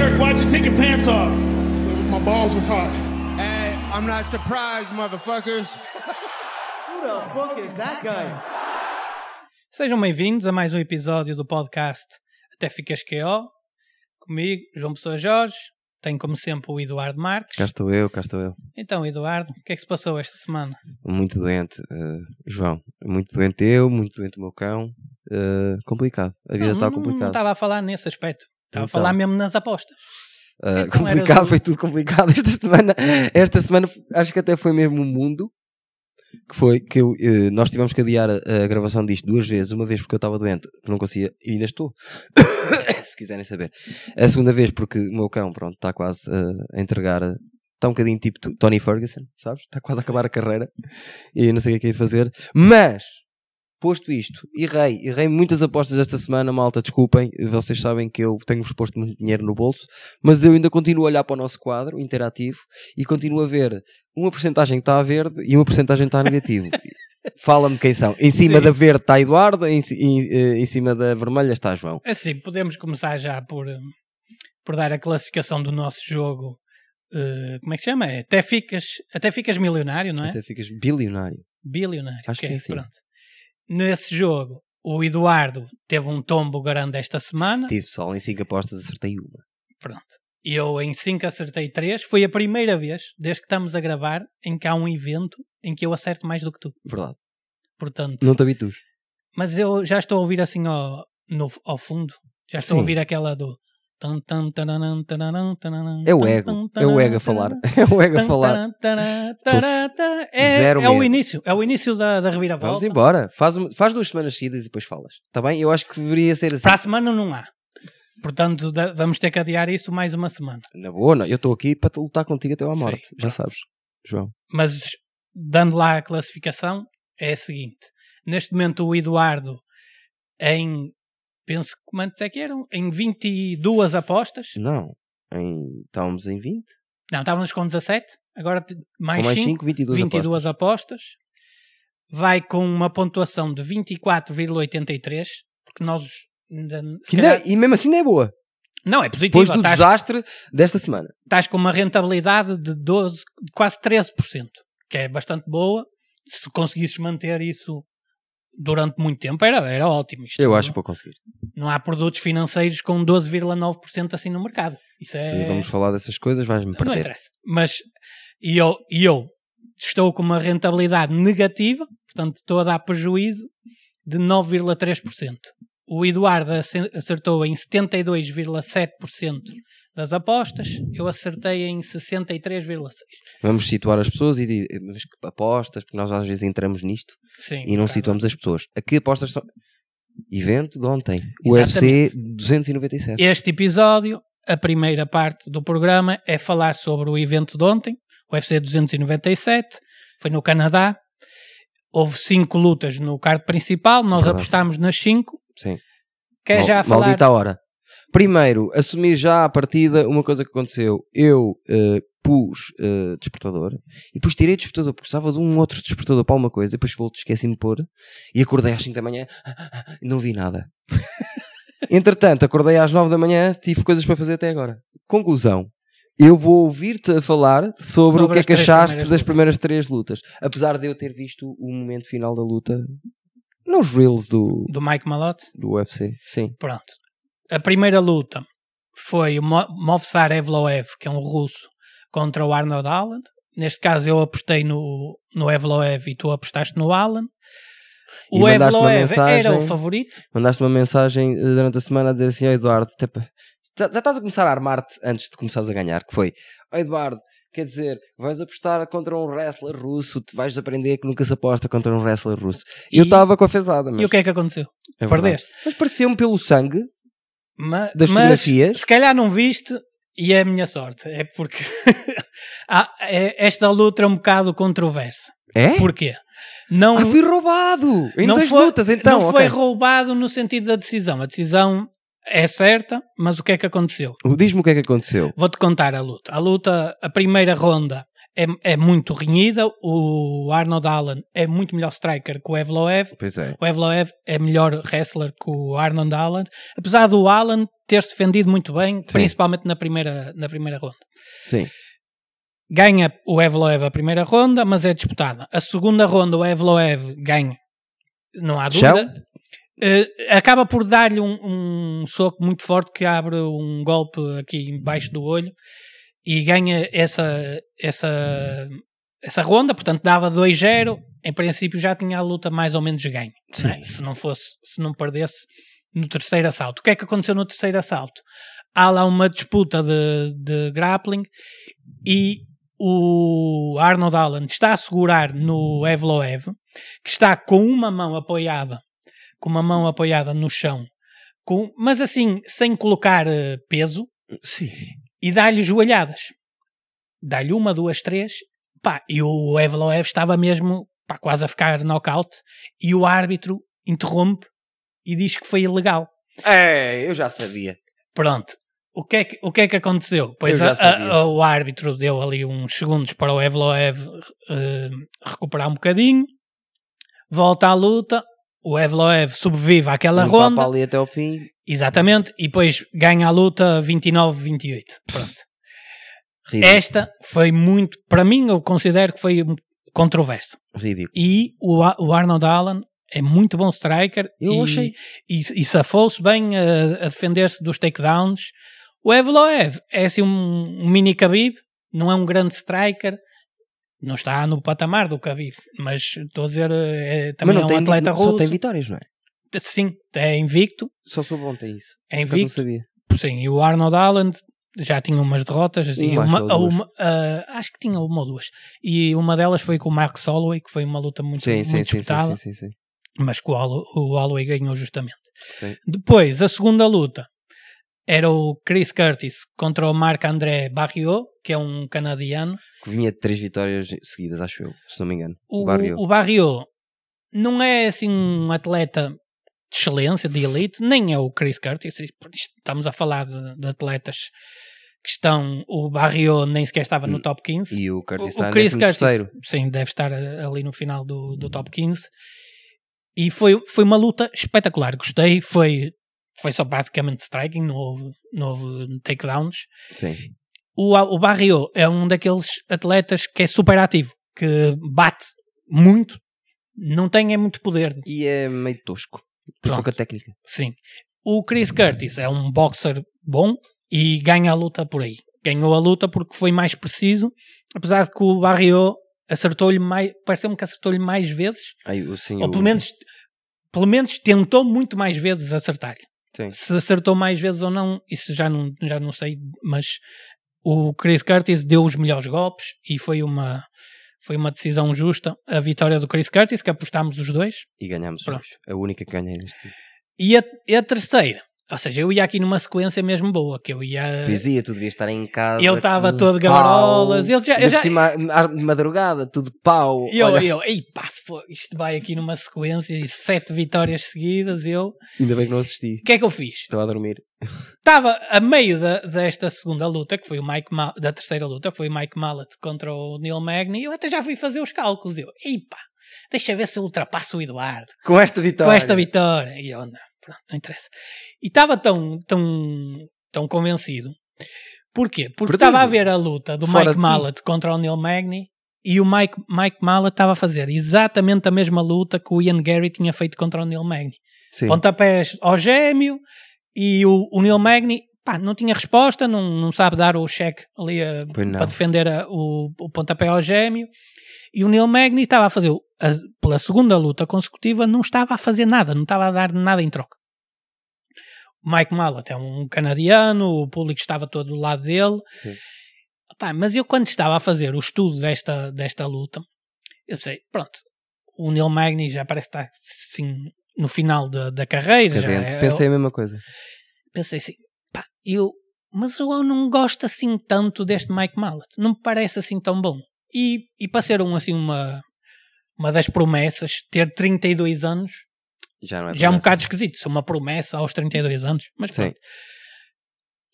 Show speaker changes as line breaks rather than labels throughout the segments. your pants off.
My balls was hot.
Hey, I'm not surprised, motherfuckers.
Who the fuck is that guy?
Sejam bem-vindos a mais um episódio do podcast Até Ficas QO. Comigo, João Pessoa Jorge. Tenho, como sempre, o Eduardo Marques.
Cá estou eu, cá estou eu.
Então, Eduardo, o que é que se passou esta semana?
Muito doente, eh, João. Muito doente eu, muito doente o meu cão. Eh, complicado. A vida
Não,
está
não- Não
complicada.
estava a falar nesse aspecto. Estava a
Então.
falar mesmo nas apostas.
Eh,
então eras
complicado,
o-
foi tudo complicado esta semana. Esta semana f- acho que até foi mesmo o mundo que foi que eu, eh, nós tivemos que adiar a, a gravação disto duas vezes. Uma vez porque eu estava doente, que não conseguia, e ainda estou. Se quiserem saber. A segunda vez porque o meu cão, pronto, está quase eh, a entregar. eh, Está um bocadinho tipo tu- Tony Ferguson, sabes? Está quase a acabar a carreira e não sei o que é que é de fazer. Mas, posto isto, errei, errei muitas apostas esta semana, malta, desculpem, vocês sabem que eu tenho-vos posto muito dinheiro no bolso, mas eu ainda continuo a olhar para o nosso quadro interativo e continuo a ver uma porcentagem que está a verde e uma porcentagem que está a negativo. Fala-me quem são. Em cima
Sim.
da verde está Eduardo, em, ci- em, eh, em cima da vermelha está João.
Assim, podemos começar já por, hum, por dar a classificação do nosso jogo. eh, como é que se chama? É Até ficas, até ficas milionário, não é?
Até ficas bilionário.
Bilionário.
Acho que
ok,
é assim.
Pronto. Nesse jogo, o Eduardo teve um tombo grande esta semana.
Tive pessoal em 5 apostas, acertei uma.
Pronto. Eu em 5 acertei 3. Foi a primeira vez, desde que estamos a gravar, em que há um evento em que eu acerto mais do que tu.
Verdade.
Portanto,
Não te habitues.
mas eu já estou a ouvir assim ao, no, ao fundo. Já estou a
Sim.
ouvir aquela do. tan, tan, taranan, taranan, taranan,
É o
tan,
ego.
tan,
É o ego
taranan,
a falar. É o ego a
tan,
falar.
taran, taran, taran, taran. É,
zero
é o
medo.
início. É o início da, da
Vamos
reviravolta.
embora. Faz, um- faz duas semanas seguidas e depois falas. Está bem? Eu acho que deveria ser assim.
Para a semana não há. Portanto, da- vamos ter que adiar isso mais uma semana.
Na boa, não. Eu estou aqui para te lutar contigo até à
Sim,
morte. Já
pronto.
sabes, João.
Mas dando lá a classificação, é a seguinte: neste momento, o Eduardo, em penso que quantos é que eram? Em 22 apostas,
Não. Em, estávamos em 20.
não, estávamos com 17, agora te- mais,
ou mais
5,
5, 22. 22.
22 apostas. vai com uma pontuação de 24,83, porque nós. ainda- se
Que
calhar-
ainda- e mesmo assim não é boa.
não, é
Depois
positivo.
do
Estás,
desastre desta semana.
estás com uma rentabilidade de 12, de quase 13%, que é bastante boa. Se conseguisses manter isso durante muito tempo, era, era ótimo. Isto
Eu
não-
acho que vou conseguir.
Não há produtos financeiros com 12,9% assim no mercado. Isso é.
Se vamos falar dessas coisas, vais-me
não
perder.
interessa. Mas e eu, e eu estou com uma rentabilidade negativa, portanto estou a dar prejuízo de 9,3%. O Eduardo ace- acertou em 72,7% das apostas, eu acertei em 63,6%.
Vamos situar as pessoas e di- mas que apostas, porque nós às vezes entramos nisto
Sim,
e não
claro.
situamos as pessoas. Aqui apostas são. Evento de ontem. UFC
Exatamente.
297.
Este episódio, a primeira parte do programa, é falar sobre o evento de ontem, o UFC 297, foi no Canadá. Houve cinco lutas no card principal, nós
Verdade.
apostámos nas cinco.
Sim.
Quer
Mal-
já falar?
Maldita hora. Primeiro, assumir já à partida uma coisa que aconteceu. Eu eh, pus eh, despertador e depois tirei o despertador porque precisava de um outro despertador para alguma coisa. Depois volto, esqueci-me de pôr e acordei às 5 da manhã ah, e não vi nada. Entretanto, acordei às 9 da manhã, tive coisas para fazer até agora. Conclusão. Eu vou ouvir-te a falar
Sobre
sobre, o que é
as
que
três
achaste
primeiras
das
lutas.
primeiras três lutas. Apesar de eu ter visto o momento final da luta nos reels do,
Do Mike Malotte?
do UFC. Sim.
Pronto. A primeira luta foi o Mo- Movsar Evloev, que é um russo, contra o Arnold Allen. Neste caso eu apostei no, no Evloev e tu apostaste no Allen.
E
O
mandaste uma
Evloev era o
mensagem.
favorito.
mandaste uma mensagem eh, durante a semana a dizer assim, ó Eduardo, até pa- tá- já estás a começar a armar-te antes de começares a ganhar, que foi, ó Eduardo, quer dizer, vais apostar contra um wrestler russo, te vais aprender que nunca se aposta contra um wrestler russo. E eu
E-
estava com a fezada, mas...
E o que é que aconteceu?
é verdade.
Perdeste.
Mas pareceu-me pelo sangue
Ma- mas
das fotografias.
se calhar não viste e é a minha sorte. É porque há- é- esta luta é um bocado controversa.
É?
Porquê? Não,
Ah, fui roubado! Em
não
duas
foi-
lutas, então.
não foi
ok.
roubado no sentido da decisão. A decisão é certa, mas o que é que aconteceu?
Diz-me o que é que aconteceu.
Vou-te contar a luta. A luta, a primeira ronda é, é muito renhida. O Arnold Allen é muito melhor striker que o Evloev.
Pois é.
O Evloev é melhor wrestler que o Arnold Allen, apesar do Allen ter-se defendido muito bem, principalmente na primeira, na primeira ronda.
Sim.
Ganha o Evloev a primeira ronda, mas é disputada. A segunda ronda, o Evloev ganha, não há dúvida.
Chão?
Eh, acaba por dar-lhe um, um soco muito forte que abre um golpe aqui embaixo do olho e ganha essa, essa, essa ronda. Portanto, dava 2-0. Em princípio, já tinha a luta mais ou menos ganha.
Sim.
né? Se não fosse, se não perdesse no terceiro assalto. O que é que aconteceu no terceiro assalto? Há lá uma disputa de, de grappling e o Arnold Allen está a segurar no Evloev, que está com uma mão apoiada, com uma mão apoiada no chão, com, mas assim, sem colocar eh, peso,
Sim.
e dá-lhe joelhadas. Dá-lhe uma, duas, três, pá, e o Evloev estava mesmo pá, quase a ficar knockout, e o árbitro interrompe e diz que foi ilegal.
É, eu já sabia.
Pronto. O que é que, o que, é que aconteceu? Pois
já
a- a-
sabia.
o árbitro deu ali uns segundos para o Evloev eh, recuperar um bocadinho, volta à luta, o Evloev sobrevive àquela
Um
ronda.
papo ali até ao fim.
Exatamente, e depois ganha a luta 29-28. Pronto.
Ridículo.
Esta foi muito, para mim, eu considero que foi um- controversa.
Ridículo.
E o, A- o Arnold Allen é muito bom striker
Eu
e,
achei.
e, e safou-se bem a, a defender-se dos takedowns. O Evloev é assim um, um mini Khabib, não é um grande striker, não está no patamar do Khabib, mas estou a dizer, eh, é- também
Mas
é
não
um
tem-
atleta
só
russo.
tem vitórias, não é?
Sim, é invicto,
Só sou bom tem isso.
é
Por acaso não
invicto.
sabia.
Sim, e o Arnold Allen já tinha umas derrotas, e
Uma,
uma-
acho que ou
uma- ah, acho que tinha uma ou duas. E uma delas foi com o Mark Holloway, que foi uma luta muito,
Sim,
Então, muito
sim, sim,
disputada,
sim, sim, sim, sim.
mas que o Hollo- o Holloway ganhou justamente.
Sim.
Depois, a segunda luta era o Chris Curtis contra o Marc André Barriot, que é um canadiano.
Que vinha de três vitórias seguidas, acho eu, se não me engano.
O,
Barrio.
o Barriot não é assim um atleta de excelência, de elite, nem é o Chris Curtis. Estamos a falar de, de atletas que estão. O Barriot nem sequer estava no top 15.
E o Curtis
o,
está
o Chris
no
Curtis,
terceiro.
sim, deve estar a- ali no final do, do top 15. E foi, foi uma luta espetacular. Gostei. Foi, foi só basicamente striking, não houve, não houve takedowns
Sim.
o, o Barrio é um daqueles atletas que é super ativo, que bate muito, não tem é muito poder,
E é meio tosco. Tem
Pronto.
Pouca técnica.
sim. O Chris Curtis é um boxer bom e ganha a luta por aí. Ganhou a luta porque foi mais preciso, apesar de que o Barrio acertou-lhe mais, pareceu-me que acertou-lhe mais vezes,
Aí, o, sim,
ou
o-
pelo menos, pelo menos tentou muito mais vezes acertar-lhe.
Sim.
Se acertou mais vezes ou não, isso já não, já não sei, mas o Chris Curtis deu os melhores golpes e foi uma, foi uma decisão justa a vitória do Chris Curtis, que apostámos os dois.
E ganhámos.
Pronto.
A única que ganhei neste tipo.
E a, e a terceira, ou seja, eu ia aqui numa sequência mesmo boa, que eu ia...
Dizia, tu devias estar em casa.
Eh, Ele estava
com
todo
pau,
gabarolas, ele já-
ainda
eu já-
por cima, à- de madrugada, tudo pau.
E eu,
Olha,
eu, ei pá, fo- isto vai aqui numa sequência e sete vitórias seguidas, eu...
Ainda bem que não assisti.
O que é que eu fiz?
Estava a dormir.
estava a meio da- desta segunda luta, que foi o Mike Ma- da terceira luta, que foi o Mike Mallet contra o Neil Magny, eu até já fui fazer os cálculos. Eu, pá, deixa ver se eu ultrapasso o Eduardo
Com esta vitória.
com esta vitória. E eu, não, pronto, não interessa. E estava tão, tão, tão convencido. Porquê? Porque
Perdido.
estava a ver a luta do
Fora de
Mike
ti.
Mallet contra o Neil Magny e o Mike, Mike Mallet estava a fazer exatamente a mesma luta que o Ian Gary tinha feito contra o Neil Magny
Sim.
pontapés ao gêmeo e o, o Neil Magny pá, não tinha resposta, não, não sabe dar o cheque ali a-
Pois não.
para defender a- o, o pontapé ao gêmeo e o Neil Magny estava a fazer o- a- pela segunda luta consecutiva não estava a fazer nada, não estava a dar nada em troca o Mike Mallet é um canadiano, o público estava todo do lado dele
Sim.
Pá, mas eu quando estava a fazer o estudo desta, desta luta eu sei, pronto o Neil Magny já parece que está assim no final da, da carreira. Já,
Cadente.
é-
Pensei a mesma coisa.
pensei assim, pá, eu, mas eu não gosto assim tanto deste Mike Mallet, não me parece assim tão bom. E, e para ser um, assim, uma, uma das promessas, ter 32 anos,
Já não é
já é um
promessa.
bocado esquisito, ser uma promessa aos 32 anos, mas
Sim.
pronto.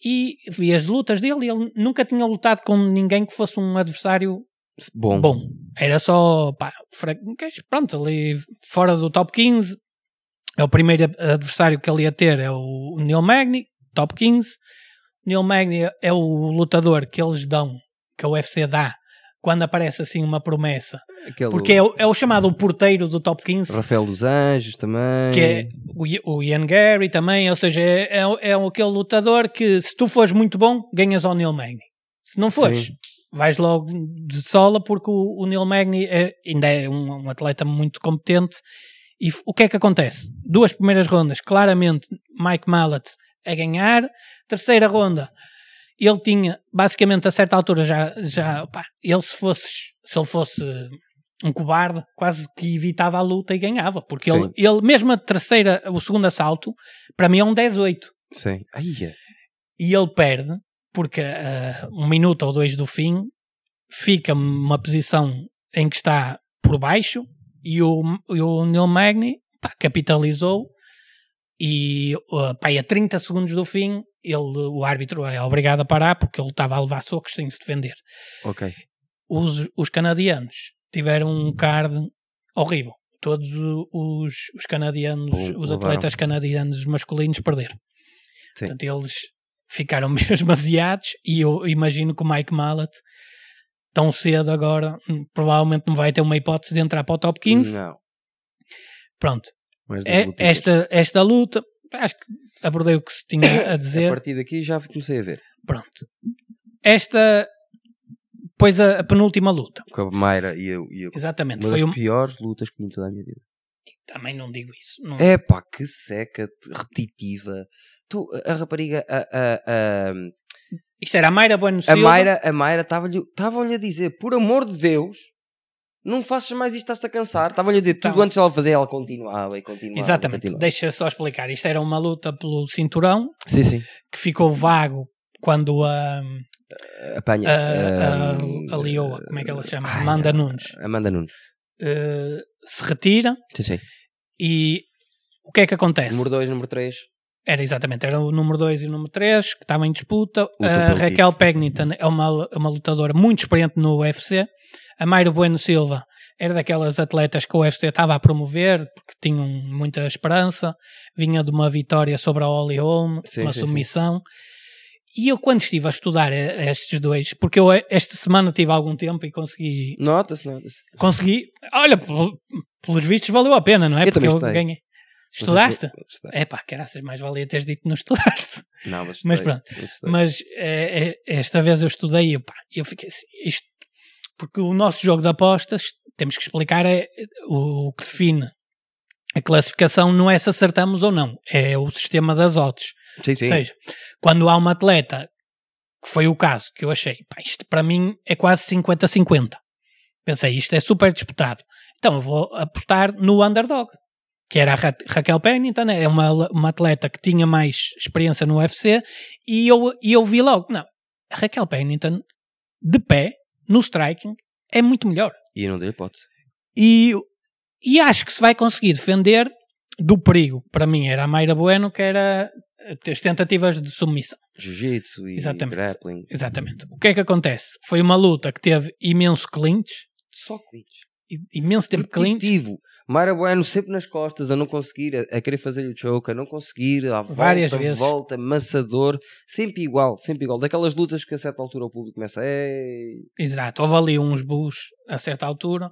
E vi as lutas dele, ele nunca tinha lutado com ninguém que fosse um adversário
Bom.
bom. Era só, pá, fra- pronto, ali fora do top 15. É o primeiro adversário que ele ia ter, é o Neil Magny, top 15. Neil Magny é o lutador que eles dão, que a UFC dá, quando aparece assim uma promessa.
Aquele
Porque é o, é o chamado porteiro do top 15,
Rafael dos Anjos também.
que é o I- o Ian Gary também, ou seja, é, é, é aquele lutador que se tu fores muito bom, ganhas ao Neil Magny. Se não fores,
Sim.
vais logo de sola porque o, o Neil Magny é- ainda é um, um atleta muito competente. E f- o que é que acontece? Duas primeiras rondas, claramente Mike Mallet a ganhar. Terceira ronda, ele tinha basicamente a certa altura já, já pá, ele se fosse se ele fosse um cobarde, quase que evitava a luta e ganhava, porque ele,
Sim.
ele mesmo a terceira, o segundo assalto, para mim é um 18
Sim. Ai, é.
e ele perde porque ah, um minuto ou dois do fim fica numa posição em que está por baixo e o, e o Neil Magny pá, capitalizou e ah, pá, e a 30 segundos do fim ele, o árbitro é obrigado a parar porque ele estava a levar socos sem se defender
Ok.
os, os canadianos tiveram
Uhum.
um card horrível. Todos o- os, os canadianos,
Bom,
os
levaram.
atletas canadianos masculinos perderam.
Sim.
Portanto, eles ficaram mesmo aziados e eu imagino que o Mike Mallet tão cedo agora hum, provavelmente não vai ter uma hipótese de entrar para o top 15.
Não.
Pronto.
Mas
É- esta, esta luta, acho que abordei o que se tinha a
A
dizer.
partir daqui já comecei a ver.
Pronto. Esta, pois a, a penúltima luta.
Com a Mayra e eu. E eu.
Exatamente.
Uma das
Foi um,
piores lutas que me toda a minha vida.
Também não digo isso. Não-
É pá, que seca, t- repetitiva. Tu, a- a rapariga, a, a, a,
Isto era a Mayra Bueno
a
Silva.
Mayra, a Mayra estava-lhe estavam-lhe a dizer, por amor de Deus, não faças mais isto, estás-te a cansar. Estavam-lhe a dizer tudo
Estavam.
antes de ela fazer, ela continuava e continuava. e
Exatamente.
continuava.
Deixa só explicar. Isto era uma luta pelo cinturão
Sim, sim.
que ficou vago quando a,
Apanha.
a,
ah,
a, a Lioa, como é que ela se chama?
ai,
Amanda
ah,
Nunes,
Amanda Nunes.
eh, se retira
Sim, sim.
e o que é que acontece?
Número 2, número 3.
Era exatamente, era o número 2 e o número 3 que estavam em disputa. a
pelo
Raquel Pegniton é uma, uma lutadora muito experiente no UFC. A Mayra Bueno Silva era daquelas atletas que o UFC estava a promover porque tinham muita esperança. Vinha de uma vitória sobre a Holly Holm,
Sim,
uma
sim, sim.
submissão. E eu, quando estive a estudar eh, estes dois, porque eu eh, esta semana tive algum tempo e consegui.
Nota-se, nota-se.
consegui olha, pel- pelos vistos valeu a pena, não é?
Eu
porque
também
eu
estudei.
ganhei. Estudaste?
Estudei.
É pá, caraças, mais valia teres dito que não estudaste.
Não, mas,
Mas
estudei,
pronto.
estudei.
Mas é, é, esta vez eu estudei e eu, pá, eu fiquei assim, isto, porque o nosso jogo de apostas, temos que explicar, é, o, o que define a classificação não é se acertamos ou não, é o sistema das odds.
Sim, sim.
Ou seja, quando há uma atleta, que foi o caso que eu achei, pá, isto para mim é quase 50-50. Pensei, isto é super disputado. Então eu vou apostar no underdog, que era a Ra- Raquel Pennington, é uma, uma atleta que tinha mais experiência no UFC, e eu, e eu vi logo, não, a Raquel Pennington, de pé, no striking, é muito melhor
E eu não dei hipótese.
e, e acho que se vai conseguir defender do perigo. que Para mim era a Mayra Bueno, que era eh, as tentativas de submissão.
Jiu-jitsu e
Exatamente.
grappling.
Exatamente. O que é que acontece? Foi uma luta que teve imenso clinch,
Só clinch.
i- imenso tempo de clinch,
Repetitivo. Mara Bueno sempre nas costas, a não conseguir, a, a querer fazer o choke, a não conseguir, à volta,
Várias vezes.
volta, amassador, sempre igual, sempre igual. Daquelas lutas que a certa altura o público começa "Ei".
Exato. Houve ali uns bus a certa altura.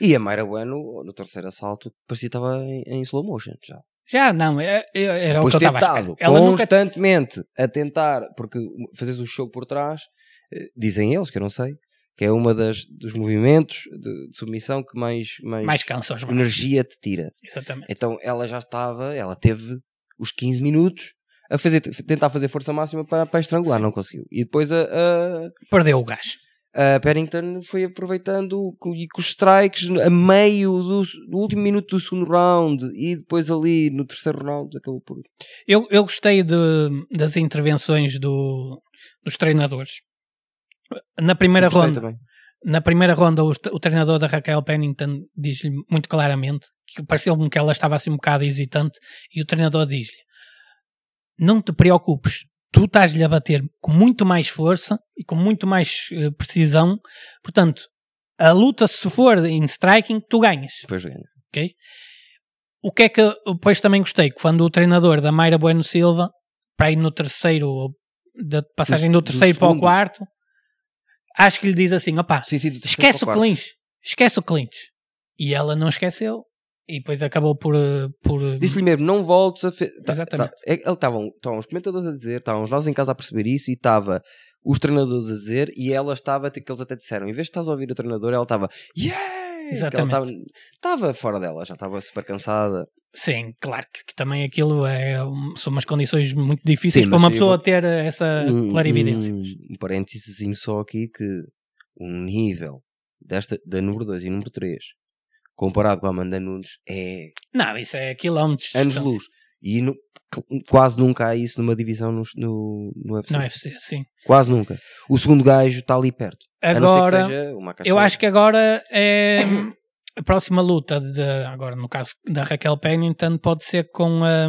E a Mara Bueno, no terceiro assalto, parecia que estava em, em slow motion já.
Já não, é- é- era o
Pois
que eu estava a esperar.
tentado,
Ela nunca
constantemente a tentar, porque fazes o choke por trás, eh, dizem eles, que eu não sei, que é uma das dos movimentos de, de submissão que mais, mais,
mais cansa aos braços.
energia te tira.
Exatamente.
Então ela já estava, ela teve os 15 minutos a fazer, tentar fazer força máxima para, para estrangular, não conseguiu. E depois a,
Perdeu o gás.
a, a Paddington foi aproveitando co- e com os strikes a meio do, do último minuto do segundo round e depois ali no terceiro round acabou por.
Eu, eu gostei de- das intervenções do- dos treinadores. Na primeira
Gostei
ronda,
também.
na primeira ronda o, o treinador da Raquel Pennington diz-lhe muito claramente que pareceu-me que ela estava assim um bocado hesitante e o treinador diz-lhe não te preocupes tu estás-lhe a bater com muito mais força e com muito mais eh, precisão portanto a luta, se for em striking, tu ganhas.
Depois é. ganha.
ok? O que é que eu depois também gostei? Quando o treinador da Mayra Bueno Silva, para ir no terceiro, da passagem do,
Do- do
terceiro para o
segundo.
quarto, acho que lhe diz assim: opá,
Sim, sim, do terceiro
esquece
para
o
quarto.
clinch, esquece o clinch. E ela não esqueceu, e depois acabou por. eh, por
Disse-lhe mesmo, não voltes a. Fe... Tá,
Exatamente.
tá. É- ele- Estavam estavam os comentadores a dizer, estávamos nós em casa a perceber isso e estava os treinadores a dizer e ela estava, até que eles até disseram, em vez de estás a ouvir o treinador, ela estava, yeah!
Exatamente.
Ela estava- Estava fora dela, já estava super cansada.
Sim, claro que, que também aquilo é, um- são umas condições muito difíceis
Sim,
para
mas
uma
eu
pessoa
vou-
ter eh, essa
Um-
clarividência.
Um, um parênteses só aqui que o nível desta, da número 2 e número 3 comparado com a Amanda Nunes é
Não, isso é quilómetros de distância.
anos-luz. E nu- quase nunca há isso numa divisão no, no, no UFC.
No UFC, é sim.
Quase nunca. O segundo gajo está ali perto.
Agora.
a não ser que seja uma
Eu acho que agora é a próxima luta de agora no caso da Raquel Pennington pode ser com a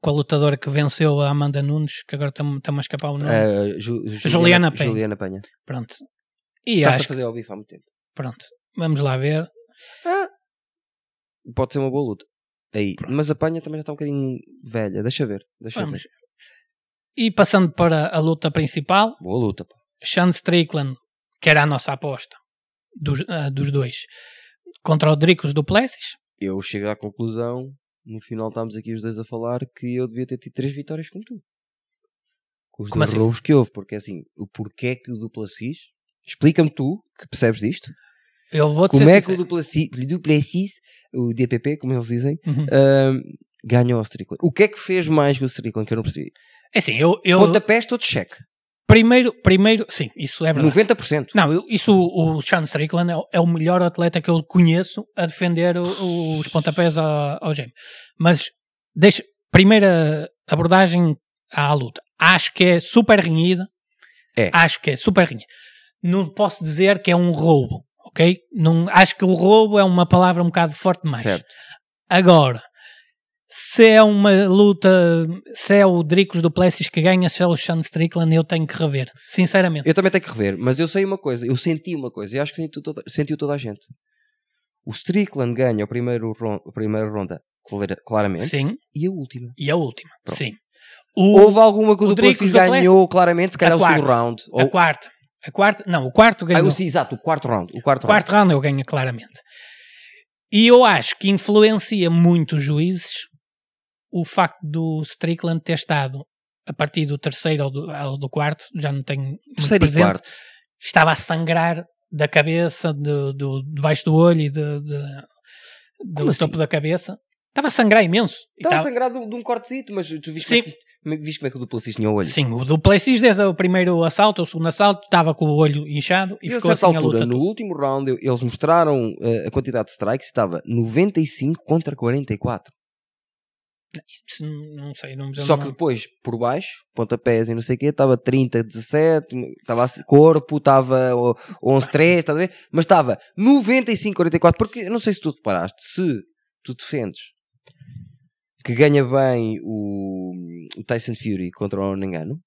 com a lutadora que venceu a Amanda Nunes, que agora está-me a escapar o
É.
nome.
Ah, Juliana,
Juliana Penha.
Juliana Penha.
Pronto. E
Está-se
acho
a
que,
fazer ao bife há muito tempo.
pronto. Vamos lá ver.
Pode ser uma boa luta. Aí.
Pronto.
Mas a Penha também já está um bocadinho velha. Deixa ver. Deixa
Vamos.
ver.
E passando para a luta principal,
Boa luta. pá.
Sean Strickland, que era a nossa aposta dos, ah, dos dois, contra o Dricos Duplessis.
Eu chego à conclusão, no final estávamos aqui os dois a falar, que eu devia ter tido três vitórias como tu. Com os
Como
dois
assim?
roubos que houve. Porque assim, o porquê que o Duplacis... Explica-me tu, que percebes disto.
Eu vou
Como
ser
é que o
sincero.
Duplacis, Duplacis, o DPP, como eles dizem,
Uhum.
Ahm, ganhou o Strickland. O que é que fez mais que o Strickland que eu não percebi?
É assim, eu, eu
Pontapés todo cheque.
primeiro, primeiro, sim, isso é verdade.
90%.
Não, eu- isso o, o Sean Strickland é, o- é o melhor atleta que eu conheço a defender o- o- os pontapés ao, ao gêmeo. Mas deixa, primeira abordagem à luta. Acho que é super renhida.
É.
Acho que é super renhida. Não posso dizer que é um roubo, ok? Não, acho que o roubo é uma palavra um bocado forte demais.
Certo.
Agora, se é uma luta, se é o Dricos Duplessis que ganha, se é o Sean Strickland, eu tenho que rever. Sinceramente.
Eu também tenho que rever, mas eu sei uma coisa, eu senti uma coisa, eu acho que senti toda- sentiu toda a gente. O Strickland ganha o primeiro ron- a primeira ronda, clara- claramente,
Sim.
e a última.
E a última,
Pronto.
sim. O-
Houve alguma que o
o
Duplessis
Dricos Duplessis-
ganhou claramente, se calhar
A
o segundo
quarta.
round. Ou,
A quarta. A quarta, não, o quarto
Ah,
ganhou.
eu sei, exato, o quarto round. O quarto,
o quarto round eu ganho claramente. E eu acho que influencia muito os juízes o facto do Strickland ter estado a partir do terceiro ou do, ou do quarto, já não tenho muito
round. Terceiro e
presente,
quarto.
estava a sangrar da cabeça, do, do, debaixo do olho e de, de- do
Como assim?
topo da cabeça. Estava a sangrar imenso. E
Estava
estava-
sangrado de um cortezito, mas tu viste,
Sim.
Como, é que- como é que- viste como é que o Duplessis tinha o olho.
Sim, o Duplessis desde o primeiro assalto, o segundo assalto, estava com o olho inchado e
E a
ficou
certa
assim a
altura,
luta.
no
toda.
último round, eu- eles mostraram eh, a quantidade de strikes, estava 95 contra 44.
Isso Tipo, Não não sei, não me
Só que depois, por baixo, pontapés e não sei o quê, estava 30, 17, estava assim, corpo, estava oh, 11, 3, estás a ver? Mas estava 95, 44, porque eu não sei se tu reparaste, se tu defendes que ganha bem o, o Tyson Fury contra o Nengano,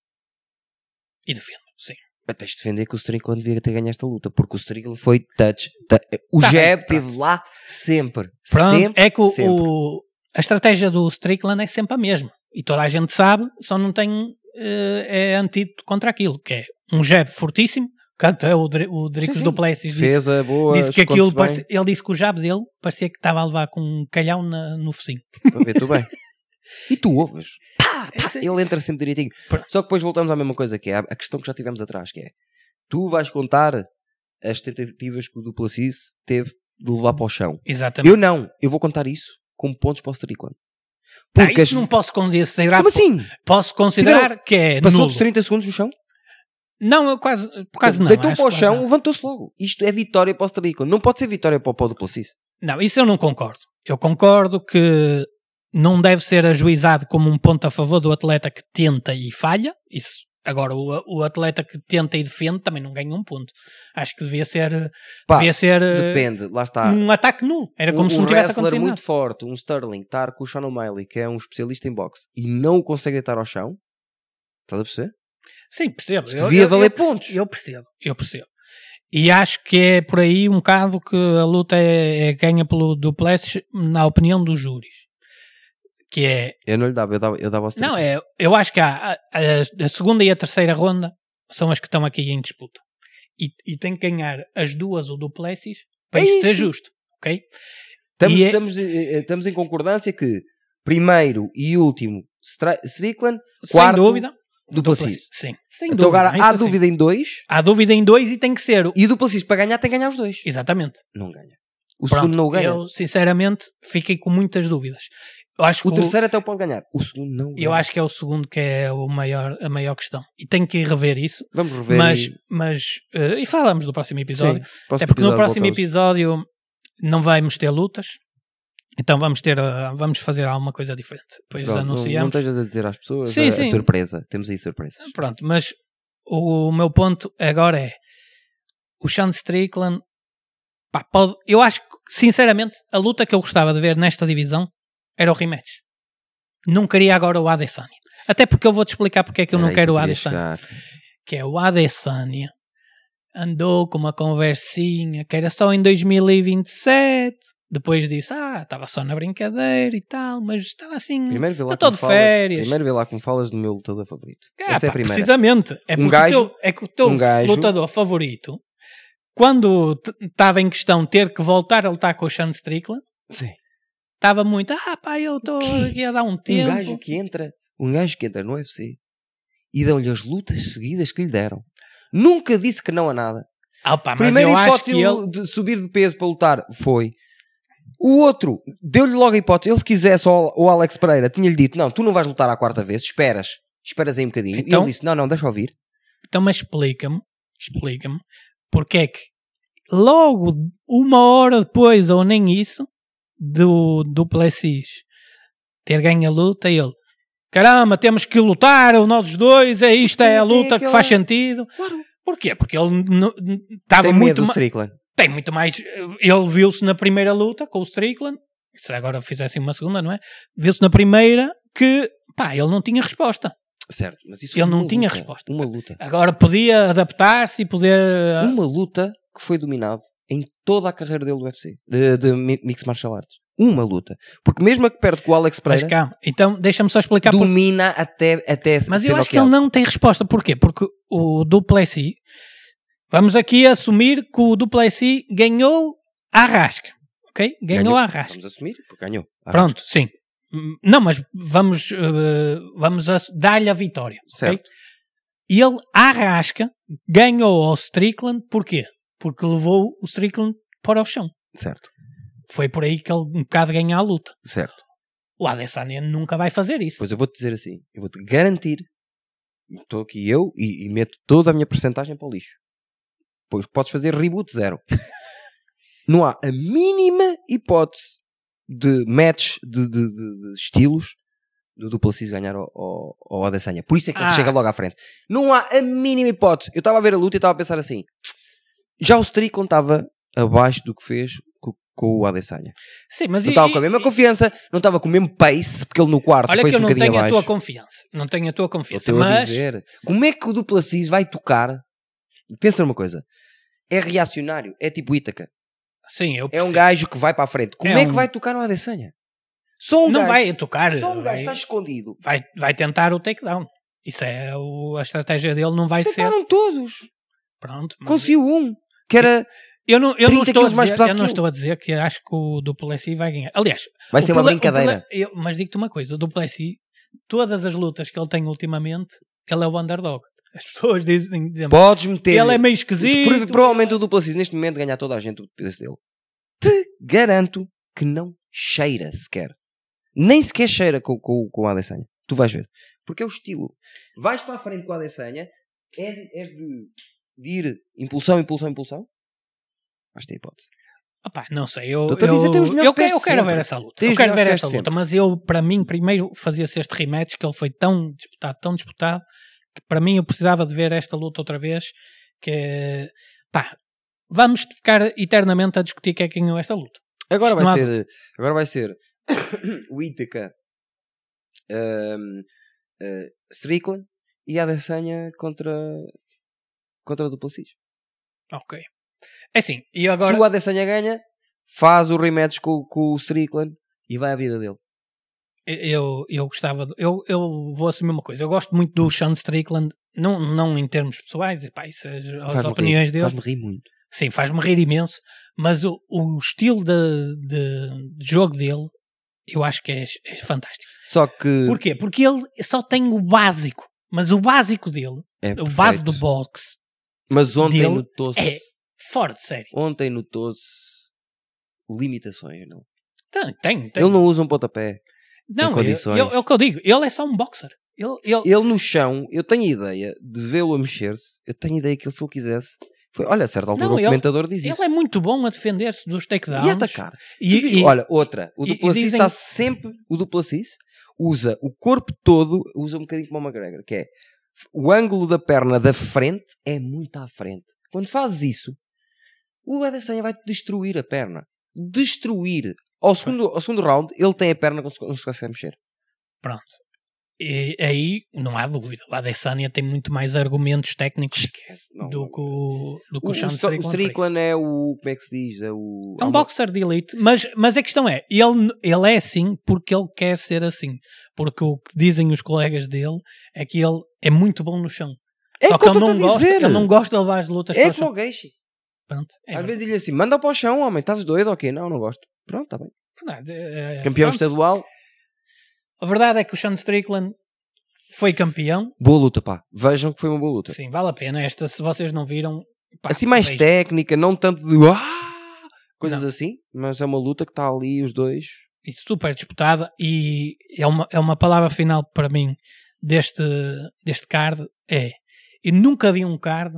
E defendo, sim.
Mas tens de defender que o Strickland devia ter ganho esta luta, porque o Strickland foi touch. ta- eh, o
Tá bem,
jab
pronto.
esteve lá sempre.
Pronto,
sempre,
é que o,
sempre.
o- a estratégia do Strickland é sempre a mesma. E toda a gente sabe, só não tem eh, é antídoto contra aquilo, que é um jab fortíssimo, que até o, Dri- o Dricos
sim.
Duplessis disse,
Defesa boa,
disse que
esconde-se
aquilo
bem.
parecia- ele disse que o jab dele parecia que estava a levar com um calhau na- no focinho.
Vê tu bem. E tu ouves.
É
Ele entra sempre direitinho.
Pronto.
Só que depois voltamos à mesma coisa, que é a a questão que já tivemos atrás, que é tu vais contar as tentativas que o Duplacis teve de levar para o chão.
Exatamente.
Eu não. Eu vou contar isso como pontos para o Strickland.
Ah,
Porque
isso
as-
não posso considerar,
Como assim?
posso considerar que é
Passou
nulo.
dos 30 segundos no chão?
Não, eu quase, por causa não.
Deitou
acho
para o
que
chão,
quase não.
um levantou-se logo. Isto é vitória para o Strickland. Não pode ser vitória para o Paulo Duplessis.
Não, isso eu não concordo. Eu concordo que não deve ser ajuizado como um ponto a favor do atleta que tenta e falha. Isso. Agora, o, o atleta que tenta e defende também não ganha um ponto. Acho que devia ser,
Pá,
devia ser eh,
depende. Lá está.
um ataque nulo. Era como
um,
se
um
não tivesse
wrestler
acontecido
muito
nada.
forte, um Sterling, estar com o Sean O'Malley, que é um especialista em boxe, e não o consegue deitar ao chão, estás a perceber?
Sim, percebo.
Isto devia valer
eu,
pontos.
Eu percebo, eu percebo. E acho que é por aí um bocado que a luta é, é ganha pelo Duplessis, na opinião dos júris. Que é,
Eu não lhe dava, eu dava, eu dava aos
não, é, eu acho que há, a, a- a segunda e a terceira ronda são as que estão aqui em disputa. E, e tem que ganhar as duas ou Duplessis para
É
isto ser
isso.
justo, ok?
Estamos,
E é-
estamos, eh, eh, estamos em concordância que primeiro e último Stra- Strickland,
Sem
Quarto,
dúvida.
Duplessis.
Sim, sem
Então
dúvida. assim.
agora
isso
há
sim.
dúvida em dois
Há dúvida em dois e tem que ser. o-
e o Duplessis para ganhar tem que ganhar os dois.
Exatamente.
Não ganha. O
Pronto,
segundo não o ganha.
Eu, sinceramente, fiquei com muitas dúvidas. Eu acho que
O terceiro até o pode ganhar. O segundo não.
Eu
ganha.
acho que é o segundo que é o maior, a maior questão. E tenho que ir rever isso.
Vamos rever.
Mas,
e-
mas eh, e falamos do próximo episódio.
Sim, próximo
Até É porque no
episódio
próximo
voltamos.
episódio não vamos ter lutas. Então vamos ter, ah, vamos fazer alguma coisa diferente. Depois
Pronto, não- Não,
anunciamos.
estejas a dizer às pessoas
Sim,
a, a
sim.
surpresa. Temos aí surpresa.
Pronto, mas o, meu ponto agora é o Sean Strickland. pá, pode- eu acho que, sinceramente, a luta que eu gostava de ver nesta divisão era o rematch. Não queria agora o Adesanya. Até porque eu vou-te explicar porque é que eu não quero o Adesanya. que é o Adesanya, andou com uma conversinha que era só em 2027. Depois disse, ah, estava só na brincadeira e tal, mas estava assim.
Primeiro vê lá
Eu tô
como
de
falas-
férias.
Primeiro vê lá como falas do meu lutador favorito.
Ah,
Essa é a
pá,
primeira.
Precisamente. É
Um
porque
gajo-
o teu, é que o teu
um gajo-
lutador favorito, quando estava em questão ter que voltar a lutar com o Sean Strickland,
Sim.
estava muito, ah, pá, eu estou
Que-
aqui a dar um
Um
tempo.
gajo que entra, um gajo que entra no UFC e dão-lhe as lutas seguidas que lhe deram. Nunca disse que não a nada.
Ah, pá, mas
Primeira
eu acho
hipótese um
que ele.
de subir de peso para lutar foi. O outro deu-lhe logo a hipótese. Ele, se quisesse, ao- o Alex Pereira tinha-lhe dito: Não, tu não vais lutar à quarta vez, esperas, esperas aí um bocadinho.
Então-
e ele disse: Não, não, deixa ouvir.
Então, mas explica-me, explica-me, porque é que logo uma hora depois, ou nem isso, do, do Plessis ter ganho a luta, ele. Caramba, temos que lutar, nós dois, é isto, é a
Tem- tem
luta que
aquela-
faz sentido.
Claro,
Porquê? Porque ele n- n- estava
tem medo
muito
do
mais.
Strickland.
Tem muito mais. Ele viu-se na primeira luta com o Strickland. Se agora fizessem uma segunda, não é? Viu-se na primeira que pá, ele não tinha resposta.
Certo, mas isso
Ele
foi
não
uma
tinha
luta,
resposta.
Uma luta.
Agora podia adaptar-se e poder. ah,
Uma luta que foi dominado em toda a carreira dele do UFC, de, de mi- Mixed Martial Arts. Uma luta. Porque mesmo a que perde com o Alex
mas
Pereira,
calma. Então deixa-me só explicar. por-
domina até, até
Mas
ser
eu acho que ele
noqueado.
não tem resposta. Porquê? Porque o Duplessis. Vamos aqui assumir que o Duplessis ganhou à rasca. Ok? Ganhou, à rasca.
Vamos assumir, porque ganhou. À rasca.
Pronto, sim. Hum, Não, mas vamos, eh, vamos a- dar-lhe a vitória. ok?
Certo.
E ele arrasca, ganhou ao Strickland, porquê? Porque levou o Strickland para o chão.
Certo,
Foi por aí que ele um bocado ganha a luta.
certo.
O Adesanya nunca vai fazer isso.
Pois eu vou-te dizer assim, eu vou-te garantir, estou aqui eu e, e meto toda a minha percentagem para o lixo. Pois podes fazer reboot zero. não há a mínima hipótese de match de, de- de- de estilos do Duplacis ganhar ao, ao, ao Adesanya. Por isso é que ele
Ah.
chega logo à frente. Não há a mínima hipótese. Eu estava a ver a luta e estava a pensar assim, já o Strickland estava abaixo do que fez co- com o Adesanya.
Sim, mas
Não
e-
estava com a
e-
mesma confiança, não estava com o mesmo pace, porque ele no quarto
Olha
foi
que eu
um
não
bocadinho
tenho a
abaixo.
tua confiança. Não tenho a tua confiança.
Estou a
Mas
dizer. Como é que o Duplacis vai tocar? Pensa numa coisa. É reacionário, é tipo Ítaca.
sim, eu
É um
percebo.
gajo que vai para a frente. Como
É
é, que
um-
vai tocar no Adesanya? Só um
não
gajo,
vai tocar.
só um gajo
vai,
está escondido.
vai, vai tentar o takedown. Isso é o- a estratégia dele, não vai ser.
Tentaram todos.
Pronto. mas-
Conseguiu um. Que era...
Eu não, eu não estou
30
a
quilos
dizer,
mais pesado
eu não
que eu.
estou a dizer que acho que o Duplessis vai ganhar. Aliás,
Vai
o
ser uma
Pla- o
brincadeira.
Pla- eu- mas digo-te uma coisa, o Duplessis, todas as lutas que ele tem ultimamente, ele é o underdog. As pessoas dizem, dizem
Podes meter...
ele é meio
Pro-
esquisito.
Provavelmente o Duplacis neste momento ganhar toda a gente do peso dele. Te garanto que não cheira sequer. Nem sequer cheira com, com, com o Adesanya. Tu vais ver. Porque é o estilo. Vais para a frente com o Adesanya, és, és de, de ir impulsão, impulsão, impulsão. Vais ter hipótese.
Opá, não sei, eu,
Estou-te a dizer, tem os
eu,
melhores
eu,
pés
quero,
de
eu quero
sempre.
ver essa luta.
Tem
Eu
os
quero ver
melhores
essa
pés de
luta, mas eu, para mim, primeiro fazia-se este rematch que ele foi tão disputado, tão disputado, que para mim eu precisava de ver esta luta outra vez, que é, pá, vamos ficar eternamente a discutir quem é que ganhou esta luta.
Agora
Não
vai
há-
ser, agora vai ser o Ítaca, ahm, ah, Strickland e Adesanya contra, contra o Duplacis.
Ok. É assim, e
Se o
agora.
Adesanya ganha, faz o rematch com, com o Strickland e vai à vida dele.
Eu, eu gostava. de- eu, eu vou assumir uma coisa. Eu gosto muito do Sean Strickland, não, não em termos pessoais, e pá, isso, é as, as
Faz-me
opiniões
rir,
dele.
Faz-me rir muito.
Sim, faz-me rir imenso, mas o, o estilo de, de- de jogo dele eu acho que é, é fantástico.
Só que.
Porquê? Porque ele só tem o básico, mas o básico dele,
é
o base
perfeito.
do boxe,
Mas ontem
dele
notou-se.
é- fora de série.
Ontem notou-se limitações. Não?
Tem, tem. tem.
Ele não usa um pontapé.
Não, eu-
condições.
eu- é o que eu digo, ele é só um boxer. Ele, ele-
Ele no chão, eu tenho a ideia de vê-lo a mexer-se. Eu tenho a ideia que ele, se ele quisesse. Foi, olha, a certa altura
Não,
o
ele-
comentador diz isso.
ele é muito bom a defender-se dos takedowns.
E atacar.
E-
Tu vi-
e-
olha, outra. O
e- e
Duplacis
dizem-
está sempre. O Duplacis usa o corpo todo, usa um bocadinho como o McGregor, que é o ângulo da perna da frente é muito à frente. Quando fazes isso, o Adesanya vai destruir a perna. Destruir. Ao segundo, ao segundo round, ele tem a perna que não se- não se consegue mexer.
Pronto. E aí não há dúvida. O Adesanya tem muito mais argumentos técnicos
Esquece. Não.
do que o, do que
o,
o,
o,
Sean
Sto- o
Strickland.
Strickland é o. Como é que se diz? É, o,
É um boxer de elite, mas, mas a questão é, ele, ele é assim porque ele quer ser assim. Porque o que dizem os colegas dele é que ele é muito bom no chão.
É
Só
o
que
que eu
ele
estou a
não, gosta,
dizer.
ele não gosta de levar as lutas para
É
o
como
chão.
o Geishi.
Pronto, é
Às
verdade.
vezes diz assim: manda para o chão, homem, estás doido? Ok, não, não gosto. Pronto, está bem.
Verdade, é- é-
Campeão
pronto.
estadual,
A verdade é que o Sean Strickland foi campeão.
Boa luta, pá. Vejam que foi uma boa luta.
Sim, vale a pena. Esta, se vocês não viram... pá,
assim mais
vejam.
técnica, não tanto de "Ah!", coisas
Não.
assim, mas é uma luta que está ali os dois.
e super disputada e é uma, é uma palavra final para mim deste, deste card é eu nunca vi um card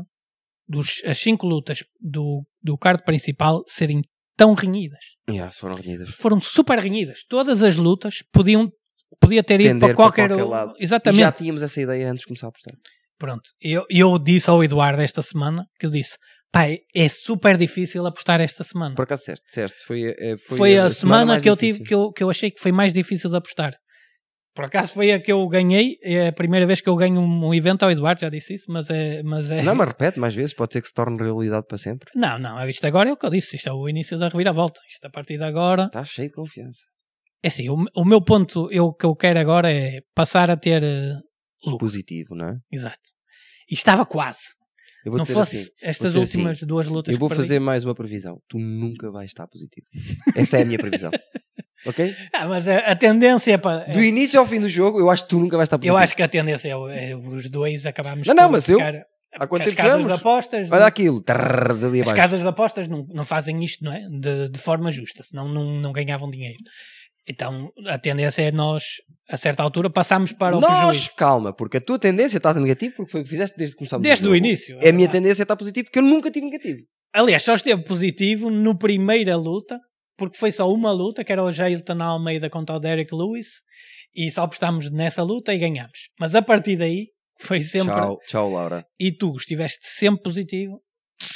dos as cinco lutas do, do card principal serem tão renhidas
Yeah, foram renhidas.
foram super renhidas todas as lutas podiam podia ter ido
Tender
para qualquer, um.
para qualquer lado.
exatamente
E já tínhamos essa ideia antes de começar a apostar.
Pronto, eu, eu disse ao Eduardo esta semana que eu disse, pá, é super difícil apostar esta semana.
Por acaso disseste, disseste. Foi, eh,
foi, a, semana, que eu tive que eu, que eu achei que foi mais difícil de apostar. Por acaso foi a que eu ganhei, é a primeira vez que eu ganho um evento ao Eduardo, já disse isso, mas é. Mas é...
Não, mas repete mais vezes, pode ser que se torne realidade para sempre.
não, não, isto agora é o que eu disse, isto é o início da reviravolta. Isto a partir de agora.
Está cheio de confiança.
É assim, o, o meu ponto eu, que eu quero agora é passar a ter. eh, lucro.
Positivo, não é?
Exato. E estava quase.
Eu vou
Não
dizer
fosse
assim.
estas
dizer
últimas duas lutas
Eu vou
que perdi.
fazer mais uma previsão. Tu nunca vais estar positivo. Essa é a minha previsão. ok?
Ah, mas a, a tendência para.
Do início ao fim do jogo, eu acho que tu nunca vais estar positivo.
É. Eu acho que a tendência é, o- é os dois acabarmos
Não, não,
por
mas eu-
ficar-
Há
porque
quanto
as
tempo
casas de
estamos?
apostas
Olha aquilo. Trrr, dali
As
abaixo.
casas de apostas não, não fazem isto, não é? De, de forma justa, senão não, não ganhavam dinheiro. Então a tendência é nós, a certa altura, passarmos para o
Nós,
prejuízo.
calma, porque a tua tendência está negativa porque foi o que fizeste desde que começámos
Desde
o
o
jogo.
início. é
A minha tendência está positiva porque eu nunca tive negativo.
Aliás, só esteve positivo no primeira luta, porque foi só uma luta, que era o Jailton Almeida contra o Derek Lewis, e só apostámos nessa luta e ganhámos. Mas a partir daí foi sempre.
Tchau, tchau, Laura.
E tu estiveste sempre positivo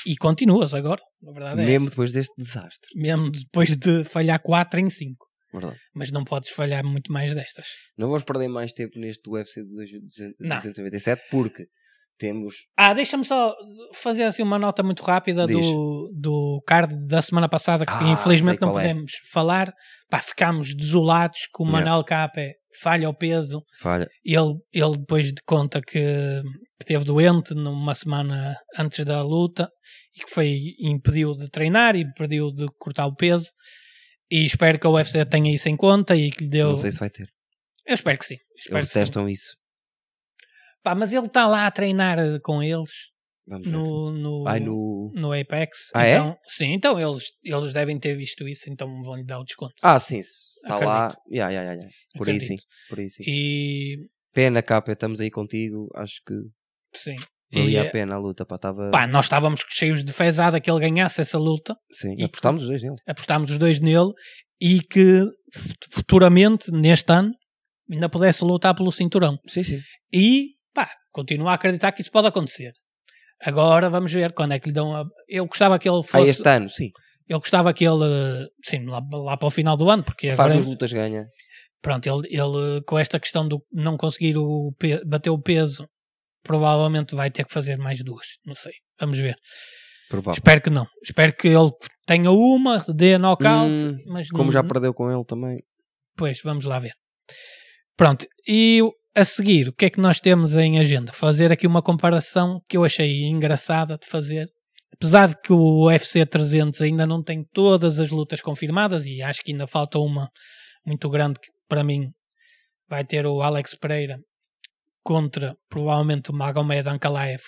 e continuas agora. Na verdade é
Mesmo
essa.
depois deste desastre.
Mesmo depois de falhar 4 em 5.
Verdade.
mas não podes falhar muito mais destas.
Não vamos perder mais tempo neste UFC de 297 porque temos.
Ah, deixa-me só fazer assim uma nota muito rápida
Diz.
do, do card da semana passada que
Ah,
infelizmente
sei
não
qual é.
podemos falar. Pá, ficámos desolados que o
Yeah.
Manel Capé falha o peso.
Falha.
Ele, ele depois de conta que, que esteve doente numa semana antes da luta e que foi impediu de treinar e impediu de cortar o peso. E espero que a UFC tenha isso em conta e que lhe deu.
Não sei se vai ter.
Eu espero que sim. Espero
Eles
que sim.
testam isso.
Pá, mas ele está lá a treinar eh, com eles.
Vamos ver.
no, no,
Ai, no.
no Apex.
Ah, é?
então, Sim, então eles, eles devem ter visto isso, então vão-lhe dar o desconto.
Ah, sim. Está
Acredito.
lá. Ya, ya, ya, ya. Por aí sim.
Acredito.
Por aí sim.
E
Pena, capa, estamos aí contigo. Acho que
sim.
valia
E, é-
a pena a luta. Pá, estava.
pá, nós estávamos cheios de fezada que ele ganhasse essa luta,
Sim.
e-
Apostámos os dois nele.
apostámos os dois nele e que fut- futuramente, neste ano, ainda pudesse lutar pelo cinturão.
Sim, sim.
E pá, continuo a acreditar que isso pode acontecer. Agora vamos ver quando é que lhe dão a... Eu gostava que ele
Ah,
fosse.
este ano, sim.
Eu gostava que ele. Sim, lá, lá para o final do ano, porque
Faz um
agora-
duas lutas, ganha.
pronto, ele, ele com esta questão do não conseguir o pe- bater o peso, provavelmente vai ter que fazer mais duas, não sei, vamos ver.
Provável.
Espero que não. Espero que ele tenha uma, dê knockout.
Hum,
mas
Como já
não-
perdeu com ele também.
Pois, vamos lá ver. Pronto, e o- a seguir, o que é que nós temos em agenda? Fazer aqui uma comparação que eu achei engraçada de fazer. Apesar de que o UFC 300 ainda não tem todas as lutas confirmadas e acho que ainda falta uma muito grande que para mim vai ter o Alex Pereira contra provavelmente o Magomed Ankalaev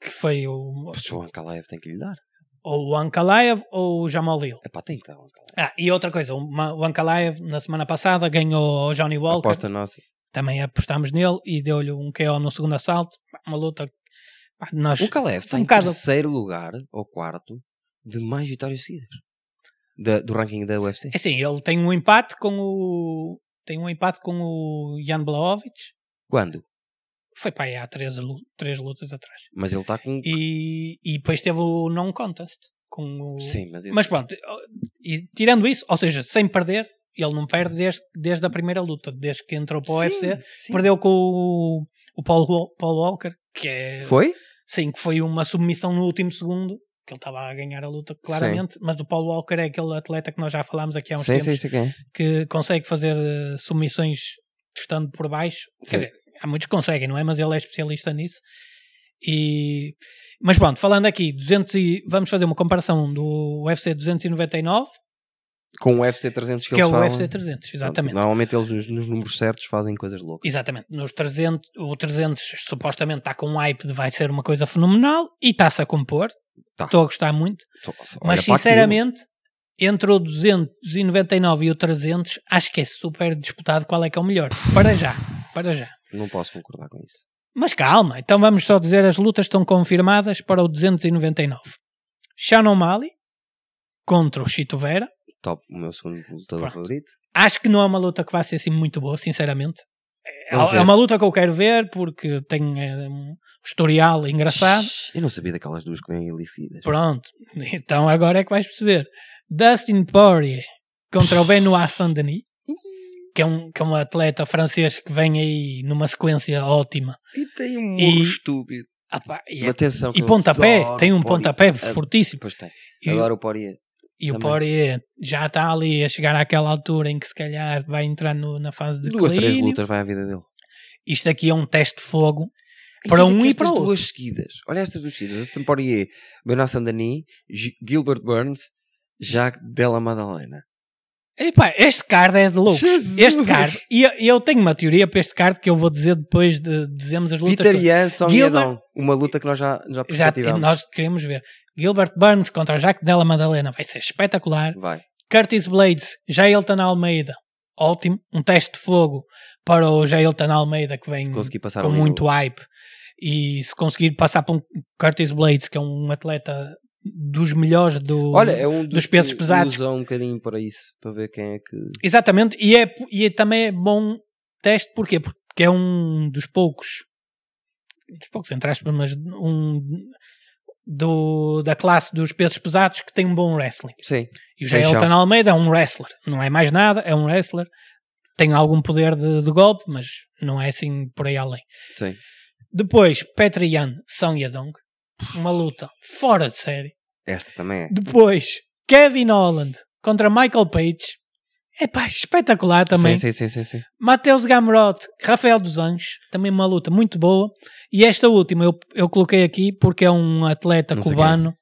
que foi o
Pois o Ankalaev tem que lhe dar.
ou o Ankalaev ou o Jamalil.
É pá, tem que dar o Ankalaev.
Ah, e outra coisa, o Ma- o Ankalaev na semana passada ganhou ao Johnny Walker
Aposta nossa.
também apostámos nele e deu-lhe um KO no segundo assalto. Pá, Uma luta. que, pá, Nós,
O Kalev está
um
em
bocado-
terceiro lugar ou quarto de mais vitórias seguidas da- do ranking da UFC.
é assim, ele tem um empate com o. Tem um empate com o Jan Blaovic.
Quando?
Foi para aí há três, lu- três lutas atrás.
Mas ele está com.
E, e depois teve o non-contest. Com o,
Sim, mas, esse-
Mas pronto, e tirando isso, ou seja, sem perder, ele não perde desde, desde a primeira luta, desde que entrou para o
Sim,
UFC.
sim.
Perdeu com o, o Paul, Wa- Paul Walker, que é.
Foi?
Sim, que foi uma submissão no último segundo, que ele estava a ganhar a luta claramente, mas o Paul Walker é aquele atleta que nós já falámos aqui há uns
Sim,
tempos,
sim, sim, quem é?
que consegue fazer eh, submissões estando por baixo. Quer
Sim.
dizer, há muitos que conseguem, não é? Mas ele é especialista nisso. E... Mas pronto, falando aqui, 200 e... vamos fazer uma comparação do UFC 299,
Com o UFC 300 que,
que é
eles
o
falam.
UFC 300, exatamente.
Normalmente eles nos, nos números certos fazem coisas loucas.
Exatamente. Nos 300, o 300 supostamente está com um hype de vai ser uma coisa fenomenal e está-se a compor.
Tá.
Estou a gostar muito.
Só- só
Mas
olha para aquilo.
sinceramente, entre o 299 e o 300, acho que é super disputado qual é que é o melhor. Para já, para já.
Não posso concordar com isso.
Mas calma, então vamos só dizer as lutas estão confirmadas para o 299. Shannon Mali contra o Chito Vera.
Top, o meu segundo lutador
Pronto.
favorito.
Acho que não é uma luta que vai ser assim muito boa, sinceramente. É,
Vamos
é
ver.
uma luta que eu quero ver porque tem eh, um historial engraçado.
Eu não sabia daquelas duas que vêm ilícidas.
Pronto, então agora é que vais perceber. Dustin Poirier contra o Benoit Saint-Denis, que é, um, que é um atleta francês que vem aí numa sequência ótima.
E tem um
E-
murro estúpido.
Ah pá, e,
Mas atenção, que
e
eu
pontapé,
adoro
tem um
Poirier.
pontapé
Ah,
fortíssimo.
Pois tem.
E,
Adoro o Poirier.
e o
também.
Poirier já está ali a chegar àquela altura em que se calhar vai entrar no- na fase de
Duas, três
declínio.
lutas vai à vida dele.
Isto aqui é um teste de fogo para
Olha
um
que
e
estas
para o outro.
duas seguidas. Olha estas duas seguidas. Dustin Poirier, Benoit Sandani, G- Gilbert Burns, Jacques Della Madalena.
Epá, este card é de loucos.
Jesus!
Este card. E eu, eu tenho uma teoria para este card que eu vou dizer depois de dizermos as lutas.
Peter
todas.
Yan, Song
Gilbert-
Yadong. Uma luta que nós já, já
Já,
perspectivamos.
nós queremos ver. Gilbert Burns contra Jacques Della Madalena vai ser espetacular.
Vai.
Curtis Blades, Jailton Almeida. Ótimo. Um teste de fogo para o Jailton Almeida que vem
Se conseguir passar
com
ali
muito
o-
hype. E se conseguir passar por um Curtis Blades, que é um atleta dos melhores do,
Olha, é um dos,
dos pesos
que
pesados.
usa um bocadinho para isso, para ver quem é que.
Exatamente, e, é, e é também é bom teste, porquê? Porque é um dos poucos, dos poucos, entre aspas, mas um do, da classe dos pesos pesados que tem um bom wrestling.
Sim.
E o
Tem
Jailton
chão.
Almeida é um wrestler, não é mais nada, é um wrestler, tem algum poder de, de golpe, mas não é assim por aí além.
Sim.
Depois, Petr Jan Song Yadong, uma luta fora de série.
Esta também é.
Depois, Kevin Holland contra Michael Page. É pá, espetacular também.
Sim, sim, sim, sim, sim.
Mateus Gamrot, Rafael dos Anjos, também uma luta muito boa. E esta última eu, eu coloquei aqui porque é um atleta
Não sei
cubano,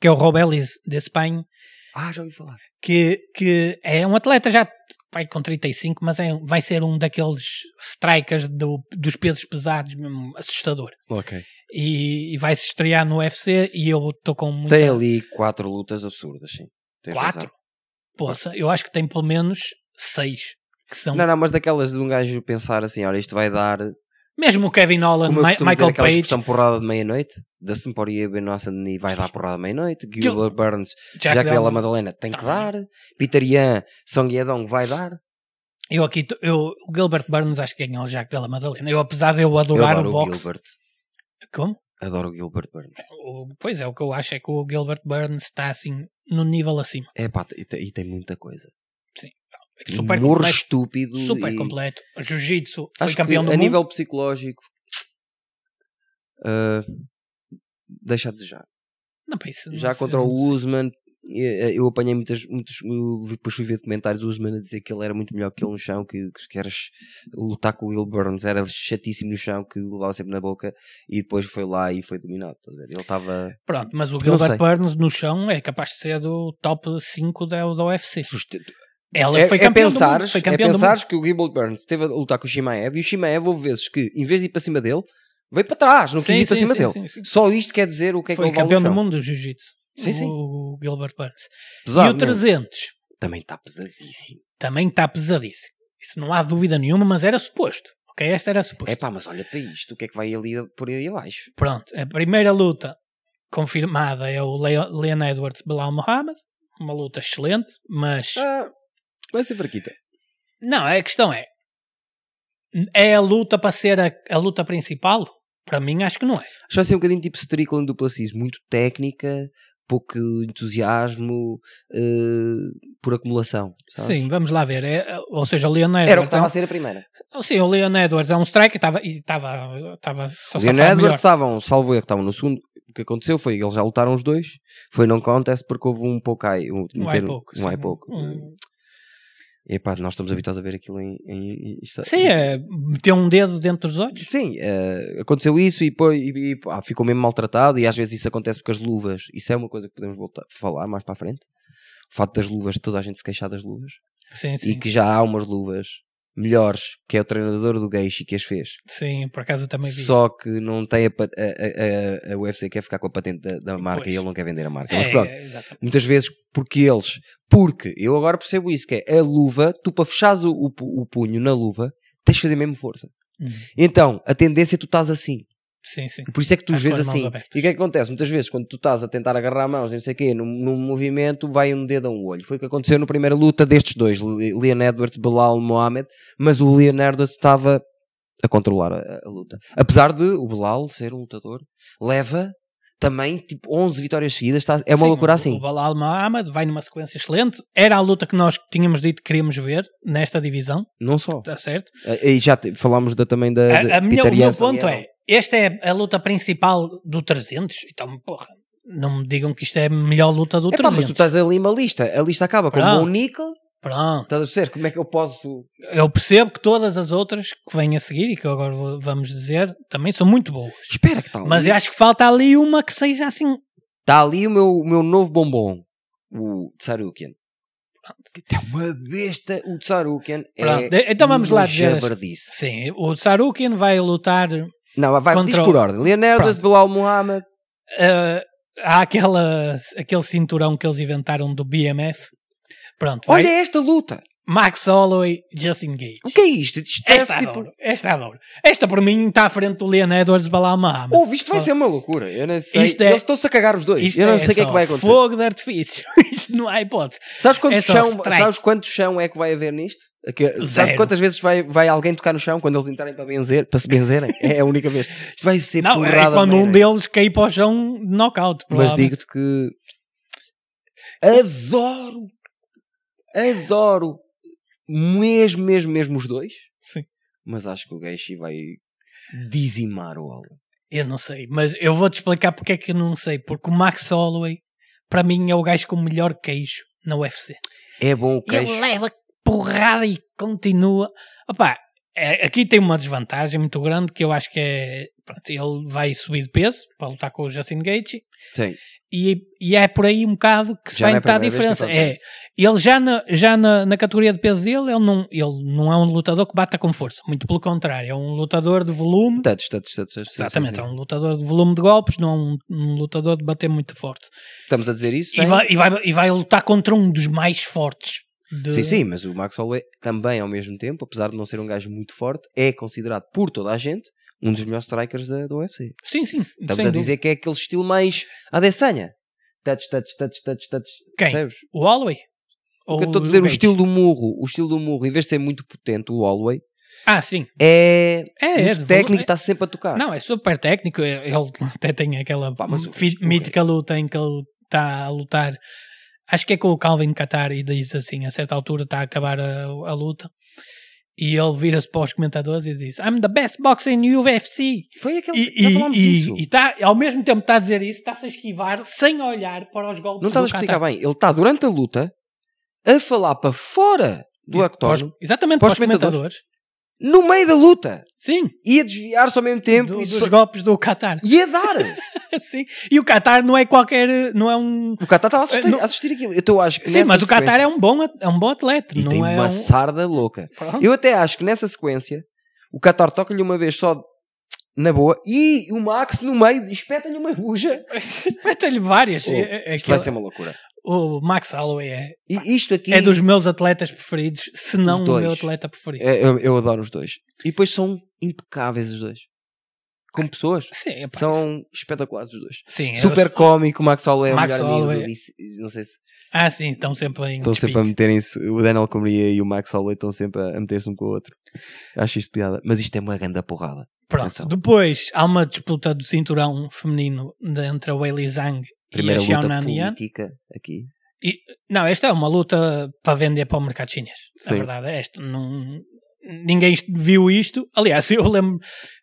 que é o Robelis de Espanha,
Ah, já ouvi falar.
que, que é um atleta já vai com 35, mas é, vai ser um daqueles strikers do- dos pesos pesados, mesmo assustador.
Ok.
Então E, e vai se estrear no UFC e eu estou com muita...
Tem ali quatro lutas absurdas, sim. Tens
Quatro? Então-
razão.
Poça, eu acho que tem pelo menos seis. Que são,
Não, não, mas daquelas de um gajo pensar assim, olha, isto vai dar
Mesmo o Kevin Holland,
Como eu
Ma-
costumo dizer,
Michael
aquela
Page,
expressão porrada de meia-noite, da Poirier Ben Denis vai dar porrada de meia-noite, Gilbert Burns,
Jack
Jack Della
Della-
Madalena tem que
Tá.
dar, Peter Yan, Song Yedong vai dar.
Eu aqui, t- eu, o Gilbert Burns acho que ganhou o Jacques Della Madalena. Eu, apesar de eu
Eu
adorar
adoro
o
o
boxe.
Gilbert.
Como?
Adoro o Gilbert Burns.
O- pois é, o que eu acho é que o Gilbert Burns está assim, no nível acima.
É pá, e tem, e tem muita coisa.
É Super
Humor
completo.
estúpido.
Super
e-
completo. Jiu-Jitsu foi
Acho que
campeão do
a
mundo.
nível psicológico. ah, deixa a desejar.
Não, pá, isso não
já
sei,
contra o
não sei.
Usman eh, eu apanhei muitas, muitos eu depois fui ver comentários do Usman a dizer que ele era muito melhor que ele no chão que, que era ch- lutar com o Will Burns era chatíssimo no chão que o levava sempre na boca e depois foi lá e foi dominado estás a ver? ele estava
Pronto, mas o
sei.
Gilbert Burns no chão é capaz de ser do top 5 da, da UFC.
Justo-
Ela
é,
foi
é
campeão do
pensares,
mundo, foi
é
campeão do mundo.
pensares que o Gilbert Burns esteve a lutar com o Shimaev e o Shimaev houve vezes que em vez de ir para cima dele veio para trás não quis
Sim,
ir para
sim,
cima
sim,
dele
sim, sim.
só isto quer dizer o que é
Foi
que ele vale
campeão
no
do
chão.
mundo do jiu-jitsu.
Sim, sim.
O Gilbert Burns.
Pesado
e o
mesmo.
300
também está pesadíssimo
também está pesadíssimo. Isso não há dúvida nenhuma, mas era suposto. Ok, esta era suposto.
é pá mas olha para isto o que é que vai ali por aí abaixo
Pronto, a primeira luta confirmada é o Leo- Leon Edwards Bilal Muhammad. Uma luta excelente, mas.
Ah, vai ser fraquita.
Não, a questão é. É a luta para ser a, a luta principal? Para mim, acho que não é.
Acho que vai ser um bocadinho tipo Strickland do Placis, muito técnica, pouco entusiasmo eh, por acumulação. sabe?
Sim, vamos lá ver. É, ou seja, o Leon Edwards.
Era
é
o que
um-
estava a ser a primeira.
Sim, o Leon Edwards é um striker estava- e estava. estava só
O
safado
Leon Edwards
melhor.
estavam, salvo eu, que estavam no segundo. O que aconteceu foi que eles já lutaram os dois. Foi não contest porque houve um Pokai.
Um
Um, meter
high poke,
Um high
sim.
poke.
Um-
Epá, nós estamos habituados a ver aquilo em. em, em isto-
Sim, é, meteu um dedo dentro dos olhos.
Sim, eh, aconteceu isso e, pô, e- e, pá, ficou mesmo maltratado e às vezes isso acontece porque as luvas, isso é uma coisa que podemos voltar a falar mais para a frente. O fato das luvas, toda a gente se queixar das luvas
Sim,
e
sim.
que já há umas luvas melhores que é o treinador do Geishi que as fez.
Sim, por acaso eu também vi.
Só que não tem a, pat- a, a- a- a UFC quer ficar com a patente da, da marca
Pois.
e ele não quer vender a marca.
isso.
Mas pronto,
É, exatamente.
muitas vezes porque eles, porque eu agora percebo isso, que é a luva, tu para fechares o, o, pu- o punho na luva, tens de fazer mesmo força.
Uhum.
Então, a tendência é tu estás assim.
Sim, sim.
Por isso é que tu às
Estás Tá com
vezes
as mãos
assim.
abertas.
E o que é que acontece? Muitas vezes, quando tu estás a tentar agarrar mãos, e não sei o quê, num, num movimento, vai um dedo a um olho. Foi o que aconteceu na primeira luta destes dois, Le- Leon Edwards, Belal Mohamed, mas o Leon Edwards estava a controlar a, a luta. Apesar de o Belal ser um lutador, leva também tipo 11 vitórias seguidas, está- é uma
Sim,
loucura
o-
assim.
O Balal Muhammad vai numa sequência excelente. Era a luta que nós tínhamos dito que queríamos ver nesta divisão,
Não só.
está certo?
E já te- falámos da, também da.
A-
da
a minha-
Peter
o meu
Jansen.
ponto é: esta é a luta principal do 300. Então, porra, não me digam que isto é a melhor luta do
Epá, mas
300.
tu estás ali uma lista. A lista acaba com
Pronto.
o Nickel.
Pronto,
Estás a perceber? Como é que eu posso.
eu percebo que todas as outras que vêm a seguir e que agora vou- vamos dizer também são muito boas.
Espera que tal.
Mas eu acho que falta ali uma que seja assim.
Está Tá ali o meu, o meu novo bombom, o Tsarukian. Que é uma besta. O Tsarukian
Pronto,
é.
então vamos lá
uma
dizer as-
jabardice.
Sim, o Sarukian vai lutar.
Não, vai
Contra
diz
o-
por ordem. Leonardo de Bilal Muhammad.
ah, há aquela, aquele cinturão que eles inventaram do BMF. Pronto, vai
Olha esta luta.
Max Holloway, Justin Gage.
O que é isto? Isto parece
Esta
tipo.
adoro, esta adoro. Esta por mim está à frente do Leon Edwards Balal Muhammad.
Ouve, isto vai ser uma loucura. Eu não sei.
Isto é-
Eles estão-se a cagar os dois.
Isto
Eu não sei
só
o que é que vai acontecer.
Fogo de artifício. Isto não há hipótese.
Sabes quanto,
é só
chão,
strike.
sabes quanto chão é que vai haver nisto? Que- sabes
Zero.
quantas vezes vai, vai alguém tocar no chão quando eles entrarem para benzer, para se benzerem? É a única vez. Isto vai ser
Não, é
porrada de
quando um
maneira.
deles cair para o chão, knockout.
Mas
provavelmente.
digo-te que adoro, adoro mesmo, mesmo, mesmo os dois.
Sim.
Mas acho que o Geishi vai dizimar o álbum.
Eu não sei, mas eu vou-te explicar porque é que eu não sei. Porque o Max Holloway, para mim, é o gajo com o melhor queijo na UFC.
É bom o
E Ele
queixo.
leva porrada e continua. Opá, é- aqui tem uma desvantagem muito grande que eu acho que é. pronto, ele vai subir de peso para lutar com o Justin Gaethje
Sim.
e, e é por aí um bocado que se
Já
vai
não é a
notar a
primeira vez que
diferença. É,
acontece.
ele já, na, já na, na categoria de peso dele, ele não, ele não é um lutador que bata com força. Muito pelo contrário, é um lutador de volume.
Tatos, tatos, tatos, tatos, tatos,
É. Exatamente, é
tatos.
um lutador de volume de golpes, não é um, um lutador de bater muito forte.
Estamos a dizer isso?
E
hein?
vai, e, vai, e vai lutar contra um dos mais fortes. de-
Sim, sim, mas o Max Holloway também, ao mesmo tempo, apesar de não ser um gajo muito forte, é considerado por toda a gente um dos melhores strikers da, da UFC.
Sim, sim.
Estamos
sem
a
dúvida.
dizer que é aquele estilo mais Adesanya. Touch, touch, touch, touch, touch.
Quem?
Percebes?
O Holloway?
O que eu
Ou
estou a dizer, o
Gaethje?
estilo do murro, o estilo do murro, em vez de ser muito potente, o Holloway,
Ah, sim.
é,
É, é.
muito
de
técnico, tá-
volume.
está sempre a tocar.
Não, é super técnico. é- Ele até tem aquela
Pá, mas o- é um
fi-
o-
mítica luta em que ele está a lutar. tá Acho que é com o Calvin Qatar e diz assim, a certa altura está a acabar a, a luta. E ele vira-se para os comentadores e diz: I'm the best boxer in UFC.
Foi aquele.
E,
já
e,
falámos disso.
e, e tá, ao mesmo tempo está a dizer isso, está-se a esquivar sem olhar para os golpes.
não estás
do
a explicar
Qatar.
bem. Ele está durante a luta a falar para fora do
Para
octógono,
os- Exatamente,
Para
para
os
os comentadores.
no meio da luta,
Sim,
e a desviar-se ao mesmo tempo
do-
e,
dos
só-
golpes do Qatar.
e a dar.
Sim. E o Qatar não é qualquer. Não é um.
O Qatar estava a assistir,
Eh, não-
a assistir aquilo. Então eu acho que
Sim,
nessa
mas o Qatar
sequência-
é um bom, at- é um bom atleta.
E
não
tem
é
uma
um...
sarda louca.
Pronto.
Eu até acho que nessa sequência o Qatar toca-lhe uma vez só na boa e o Max no meio espeta-lhe uma buja.
Mete-lhe várias.
Oh,
É- é- é
Isto vai
aquela-
ser uma loucura.
O Max Holloway é,
E isto aqui.
é dos meus atletas preferidos, se não o
dois.
meu atleta preferido.
É, eu, eu adoro os dois. E depois são impecáveis os dois. Como pessoas.
Sim, é pá,
São espetaculares os dois.
sim, é eu-
Super cómico, o Max Holloway é o
Max
melhor amigo
Holloway.
do DC. Não sei se
Ah, sim, estão sempre em
estão sempre a
despique.
meterem-se. O Daniel Comria e o Max Holloway estão sempre a meter-se um com o outro. Acho isto piada. Mas isto é uma grande porrada.
Pronto,
Atenção.
depois há uma disputa do cinturão feminino de- entre a Weili Zhang
Primeira
e é a
luta
Xiao Nanian.
política aqui.
Não, esta é uma luta para vender para o mercado chinês.
Sim.
A verdade é esta. Não, ninguém isto- viu isto. Aliás, eu lembro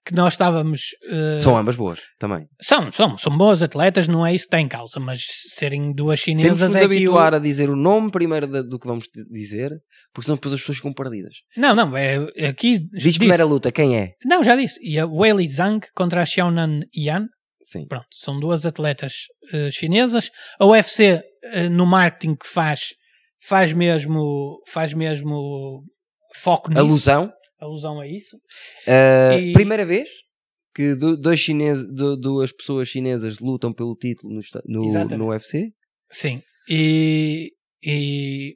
que nós estávamos. eh,
São ambas boas também.
são, são, são boas atletas, não é isso que está em causa, mas serem duas
Temos que
chinesas
nos
é que o-
habituar a dizer o nome primeiro da- do que vamos di- dizer, porque senão depois as pessoas ficam perdidas.
Não, não, é, aqui
Diz
disse-
primeira luta, quem é?
Não, já disse. E a Weili Zhang contra a Xiaonan Yan.
Sim.
Pronto, são duas atletas eh, chinesas. A UFC, eh, no marketing que faz, faz mesmo, faz mesmo foco nisso.
Alusão.
Alusão a isso.
Uh,
E-
Primeira vez que du- dois chineses, du- duas pessoas chinesas lutam pelo título no, esta- no-
Exatamente.
no UFC.
Sim. E, e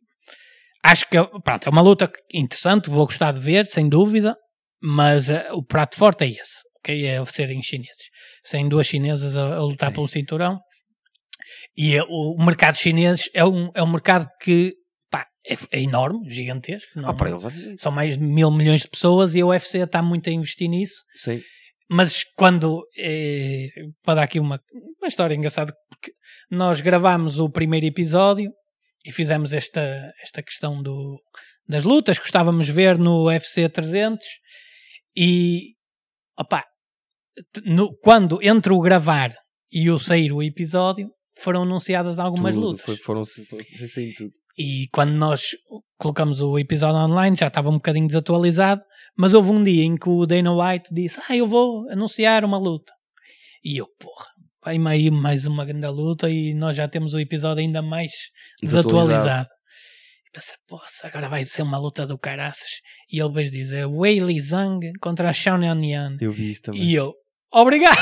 acho que pronto, é uma luta interessante, vou gostar de ver, sem dúvida, mas eh, o prato forte é esse, ok? É serem chineses. Sem duas chinesas a, a lutar
Sim.
pelo cinturão. E eh, o, o mercado chinês é um, é um mercado que pá, é, f- é enorme, gigantesco. não-
ah, para eles, olha isso.
São mais de mil milhões de pessoas e a UFC está muito a investir nisso
Sim.
mas quando eh, para dar aqui uma, uma história engraçada porque nós gravámos o primeiro episódio e fizemos esta, esta questão do, das lutas que gostávamos de ver no UFC 300 e opá, t- no- quando entre o gravar e o sair o episódio foram anunciadas algumas
Tudo,
lutas
foi- foram foi assim tudo.
e quando nós colocamos o episódio online já estava um bocadinho desatualizado, mas houve um dia em que o Dana White disse: Ah, eu vou anunciar uma luta. E eu, porra, vai-me aí mais uma grande luta e nós já temos o episódio ainda mais
Desatualizado.
desatualizado. E Pensei, poça, agora vai ser uma luta do caraças. E ele depois diz: É Weili Zhang contra a Xiaonan Yan.
Eu vi isso também.
E eu, obrigado!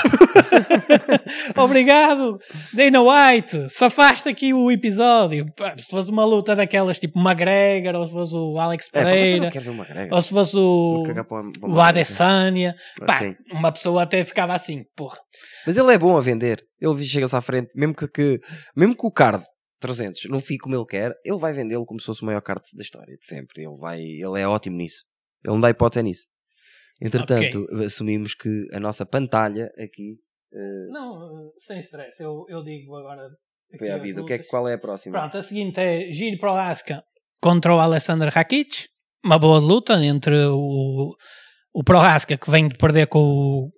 obrigado, Dana White! Safaste aqui o episódio. Pá, Se fosse uma luta daquelas tipo McGregor, ou se fosse o Alex
É, pá, mas eu não
Pereira,
quero ver uma grega.
ou se fosse o,
Vou cagar para uma- para
o
uma grega.
Adesanya, pá,
Assim.
uma pessoa até ficava assim, porra.
Mas ele é bom a vender. Ele chega-se à frente, mesmo que, que- mesmo que o card 300 não fique como ele quer, ele vai vendê-lo como se fosse o maior card da história de sempre. Ele, vai, ele é ótimo nisso. Ele não dá hipótese é nisso. Entretanto, assumimos que a nossa pantalha aqui eh,
Não, sem stress, eu, eu digo agora.
foi à vida. O que é, que- qual é a próxima?
Pronto, a seguinte é Giro para o Asca contra o Alexander Rakic. Uma boa luta entre o, o Prohaska que vem de perder com o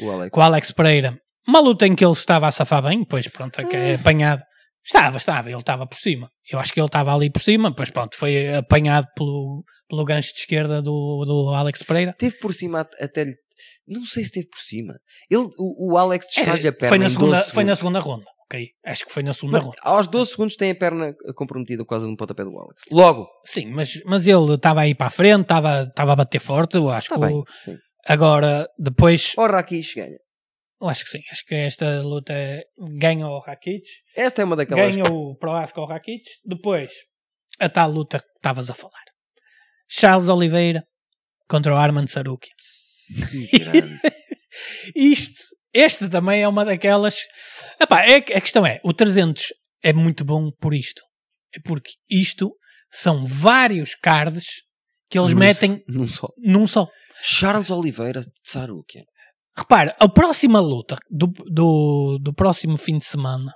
O Alex.
com o Alex Pereira. Uma luta em que ele se estava a safar bem, pois pronto, é que é apanhado. Estava, estava, ele estava por cima. Eu acho que ele estava ali por cima, pois pronto, foi apanhado pelo, pelo gancho de esquerda do, do Alex Pereira.
Teve por cima at- até lhe. Não sei se teve por cima. Ele, o, o Alex desfaz-lhe a
É,
perna.
foi, na
em
segunda,
12
foi na
segundos.
segunda ronda, ok? Acho que foi na segunda
Mas
ronda.
aos 12 segundos tem a perna comprometida por causa de um pontapé do Alex. Logo!
Sim, mas, mas ele estava aí para a frente, estava, estava a bater forte, eu acho
Está
que
Tá bem.
o-
Sim.
agora, depois,
O Rakish ganha.
eu acho que sim, acho que esta luta ganha o Rakic,
Esta é uma daquelas.
ganha o Proasco ao Rakic, depois a tal luta que estavas a falar. Charles Oliveira contra o Armand Sarukian.
Que grande.
Isto, este também é uma daquelas. Epá, é, que- a questão é: o 300 é muito bom por isto. É porque isto são vários cards que eles
Num-
metem
Num só.
num só.
Charles Oliveira de Sarukian.
Repara, a próxima luta do, do, do próximo fim de semana,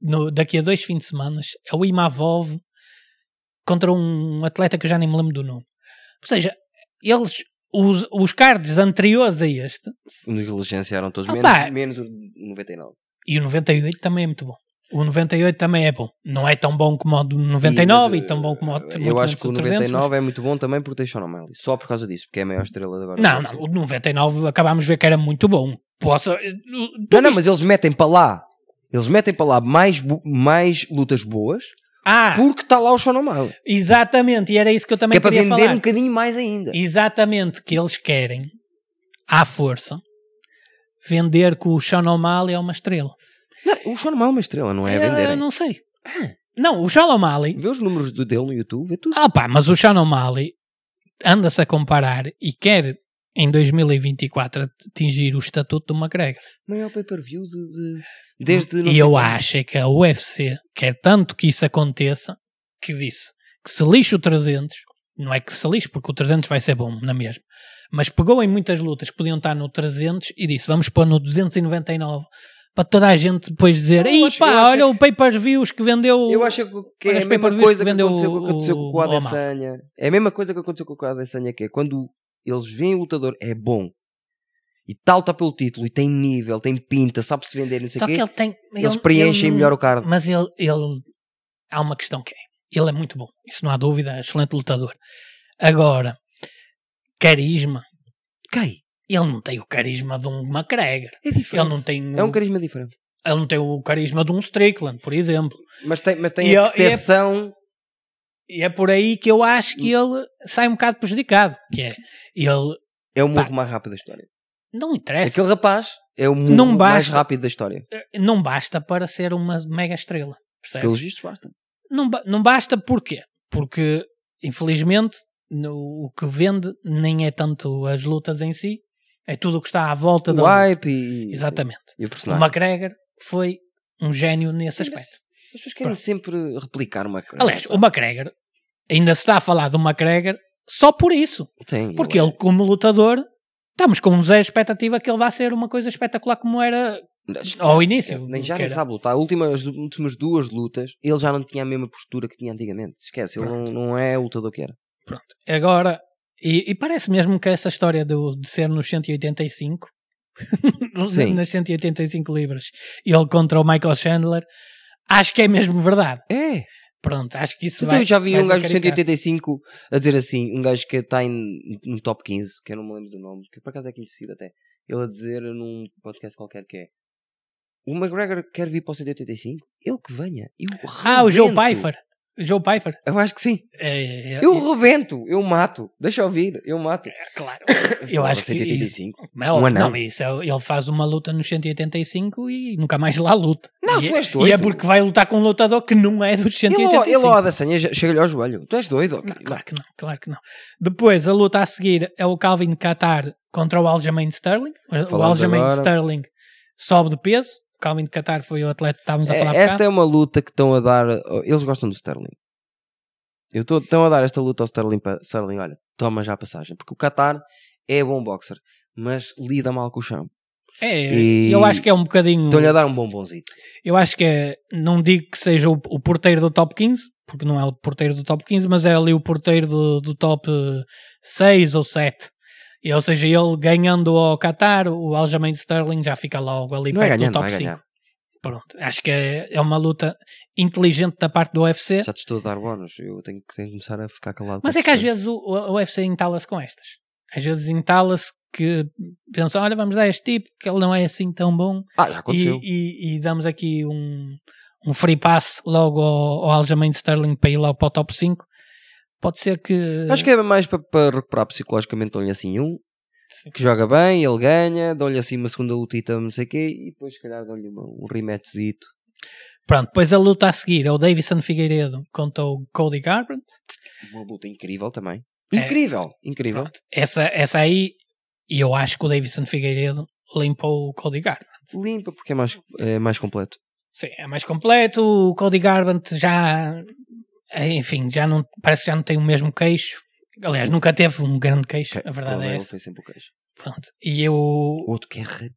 no- daqui a dois fins de semana, é o Imavov contra um atleta que eu já nem me lembro do nome. Ou seja, eles, os, os cards anteriores a este,
Negligenciaram todos,
Ah,
menos,
pá.
menos o 99.
e o 98 também é muito bom. O 98 também é bom. Não é tão bom como o do 99
Sim, mas,
e tão bom como o
eh,
muito
Eu
menos
acho que o
300, mas-
99 é muito bom também porque tem Sean O'Malley. Só por causa disso, porque é a maior estrela de agora.
Não, não, o 99 acabámos de ver que era muito bom. Posso. eh, tu
Não, não,
viste-
mas eles metem para lá. Eles metem para lá mais, bo- mais lutas boas
Ah,
porque está lá o Sean O'Malley.
exatamente, e era isso que eu
Que
também
é para
queria
vender um
falar.
bocadinho mais ainda.
Exatamente, que eles querem, à força, vender que o Sean O'Malley é uma estrela.
Não, o Sean O'Malley é uma estrela, não é a vender.
Ah, não sei. Não, o Sean O'Malley.
Vê os números do dele no YouTube, vê tudo.
Ah, pá, mas o Sean O'Malley anda-se a comparar e quer em 2024 atingir o estatuto do McGregor.
Maior pay-per-view de, de- desde... não
E
sei
eu
quando.
acho é que a UFC quer tanto que isso aconteça que disse que se lixe o 300, não é que se lixe, porque o 300 vai ser bom, na mesma, mas pegou em muitas lutas que podiam estar no 300 e disse vamos pôr no 299 para toda a gente depois dizer
Eu
Ei,
acho- eu
pá,
acho é
olha o pay-per-views que vendeu
Eu acho que é
Mas
a
Tipo,
mesma
pay-per-views que
coisa que
vendeu
aconteceu, que aconteceu
o-
com o
o Omar.
Adesanya. É a mesma coisa que aconteceu com o Adesanya, que é quando eles veem o lutador é bom e tal está pelo título e tem nível, tem pinta, sabe se vender, não sei
Só
o quê,
que ele tem.
é eles preenchem
ele-
melhor o card.
Mas ele, ele. Há uma questão que é. Ele é muito bom. Isso não há dúvida. é Excelente lutador. Agora, carisma.
Quem?
Ele não tem o carisma de um McGregor.
É
Ele
diferente.
não tem.
É
o-
um carisma diferente.
Ele não tem o carisma de um Strickland, por exemplo.
Mas tem, mas tem
E
a
é- e é-
percepção...
E é por aí que eu acho que
Hum.
ele sai um bocado prejudicado. Que é. Ele.
É o
Pá.
murro mais rápido da história. É
Não interessa.
Aquele rapaz é o
Não
murro mais
basta.
rápido da história.
Não basta para ser uma mega estrela. Percebes?
Pelos vistos, basta.
não, ba- não basta porquê? Porque, infelizmente, no- o que vende nem é tanto as lutas em si, é tudo o que está à volta
O
da luta.
hype e,
Exatamente.
e o
O
personagem.
McGregor foi um gênio nesse
Sim, mas-
aspecto.
As pessoas querem
Pronto.
sempre replicar uma coisa.
Aliás, o McGregor, ainda se está a falar do McGregor só por isso.
Tem,
Porque ele, como lutador, estamos com zero expectativa que ele vá ser uma coisa espetacular como era
Esquece,
Ao início,
esquece. Nem, já
que
nem
era.
sabe lutar. A última- as últimas duas lutas, ele já não tinha a mesma postura que tinha antigamente. Esquece, ele não,
Pronto.
não é o lutador que era.
Pronto. Agora, e, e parece mesmo que essa história do, de ser nos 185, nos-
Sim.
nas 185 libras, ele contra o Michael Chandler, acho que é mesmo verdade.
É.
Pronto, acho que isso
Então
vai.
eu já vi
vai
um gajo de
encaricar.
185 a dizer assim, um gajo que está em- no top 15, que eu não me lembro do nome, que por acaso é conhecido até. Ele a dizer num podcast qualquer que é. O McGregor quer vir para o 185? Ele que venha. Eu
Ah, o Joe
rebento."
Pfeiffer. Joe Pfeiffer.
Eu acho que sim.
É, é,
Eu
é,
rebento, eu mato. Deixa eu vir, eu mato.
claro. Eu acho que isso,
185.
mas,
Um anão.
não, isso é- ele faz uma luta nos 185 e nunca mais lá luta.
Não,
e,
tu
é-
és doido.
E é porque vai lutar com um lutador que não é dos
Ele, ao-
185.
ele ao Adesanya já- chega-lhe ao joelho. Tu és doido? ok?
Não, claro que não, claro que não. Depois, a luta a seguir é o Calvin Qatar contra o Aljamain Sterling. o
Falamos
Aljamain
agora.
Sterling sobe de peso. O Calvin Qatar foi o atleta que estávamos a
É,
falar há
esta
bocado.
é uma luta que estão a dar. Eles gostam do Sterling. Eu tô, estão a dar esta luta ao Sterling para Sterling, olha, toma já a passagem. Porque o Qatar é bom boxer, mas lida mal com o chão.
É,
e-
Eu acho que é um bocadinho.
Estão-lhe a dar um bombonzito.
Eu acho que é. Não digo que seja o, o porteiro do top 15, porque não é o porteiro do top 15, mas é ali o porteiro do, do top 6 ou 7. E, ou seja, ele ganhando ao Qatar, o Aljamain Sterling já fica logo ali
Não é
perto
ganhando,
do
vai
top 5.
ganhar.
Pronto, acho que é, é uma luta inteligente da parte do UFC,
Já te estou a dar bónus. Eu tenho que, tenho que começar a ficar calado.
mas
com
é que às
isto.
vezes o, o- o UFC entala-se com estas. Às vezes entala-se que pensam, olha, vamos dar este tipo, que ele não é assim tão bom,
Ah, já aconteceu.
e, e- e damos aqui um, um free pass logo ao, ao Aljamain Sterling para ir lá para o top 5. Pode ser que.
Acho que é mais para, para recuperar psicologicamente. Dão-lhe assim um que joga bem, ele ganha. Dão-lhe assim uma segunda lutita, não sei o quê. E depois, se calhar, dão-lhe uma- um rematchzito.
Pronto, depois a luta a seguir é o Davison Figueiredo contra o Cody Garbrandt.
Uma luta incrível também.
É.
Incrível, incrível.
Pronto, essa, essa aí, e eu acho que o Davison Figueiredo limpou o Cody Garbrandt.
Limpa porque é mais, é mais completo.
Sim, é mais completo. O Cody Garbrandt já, é, enfim, já não parece que já não tem o mesmo queixo. Aliás, nunca teve um grande queixo, a verdade
Ele-
é
ele
essa.
Foi sempre o queixo.
Pronto. E eu,
O outro que é rapidíssimo.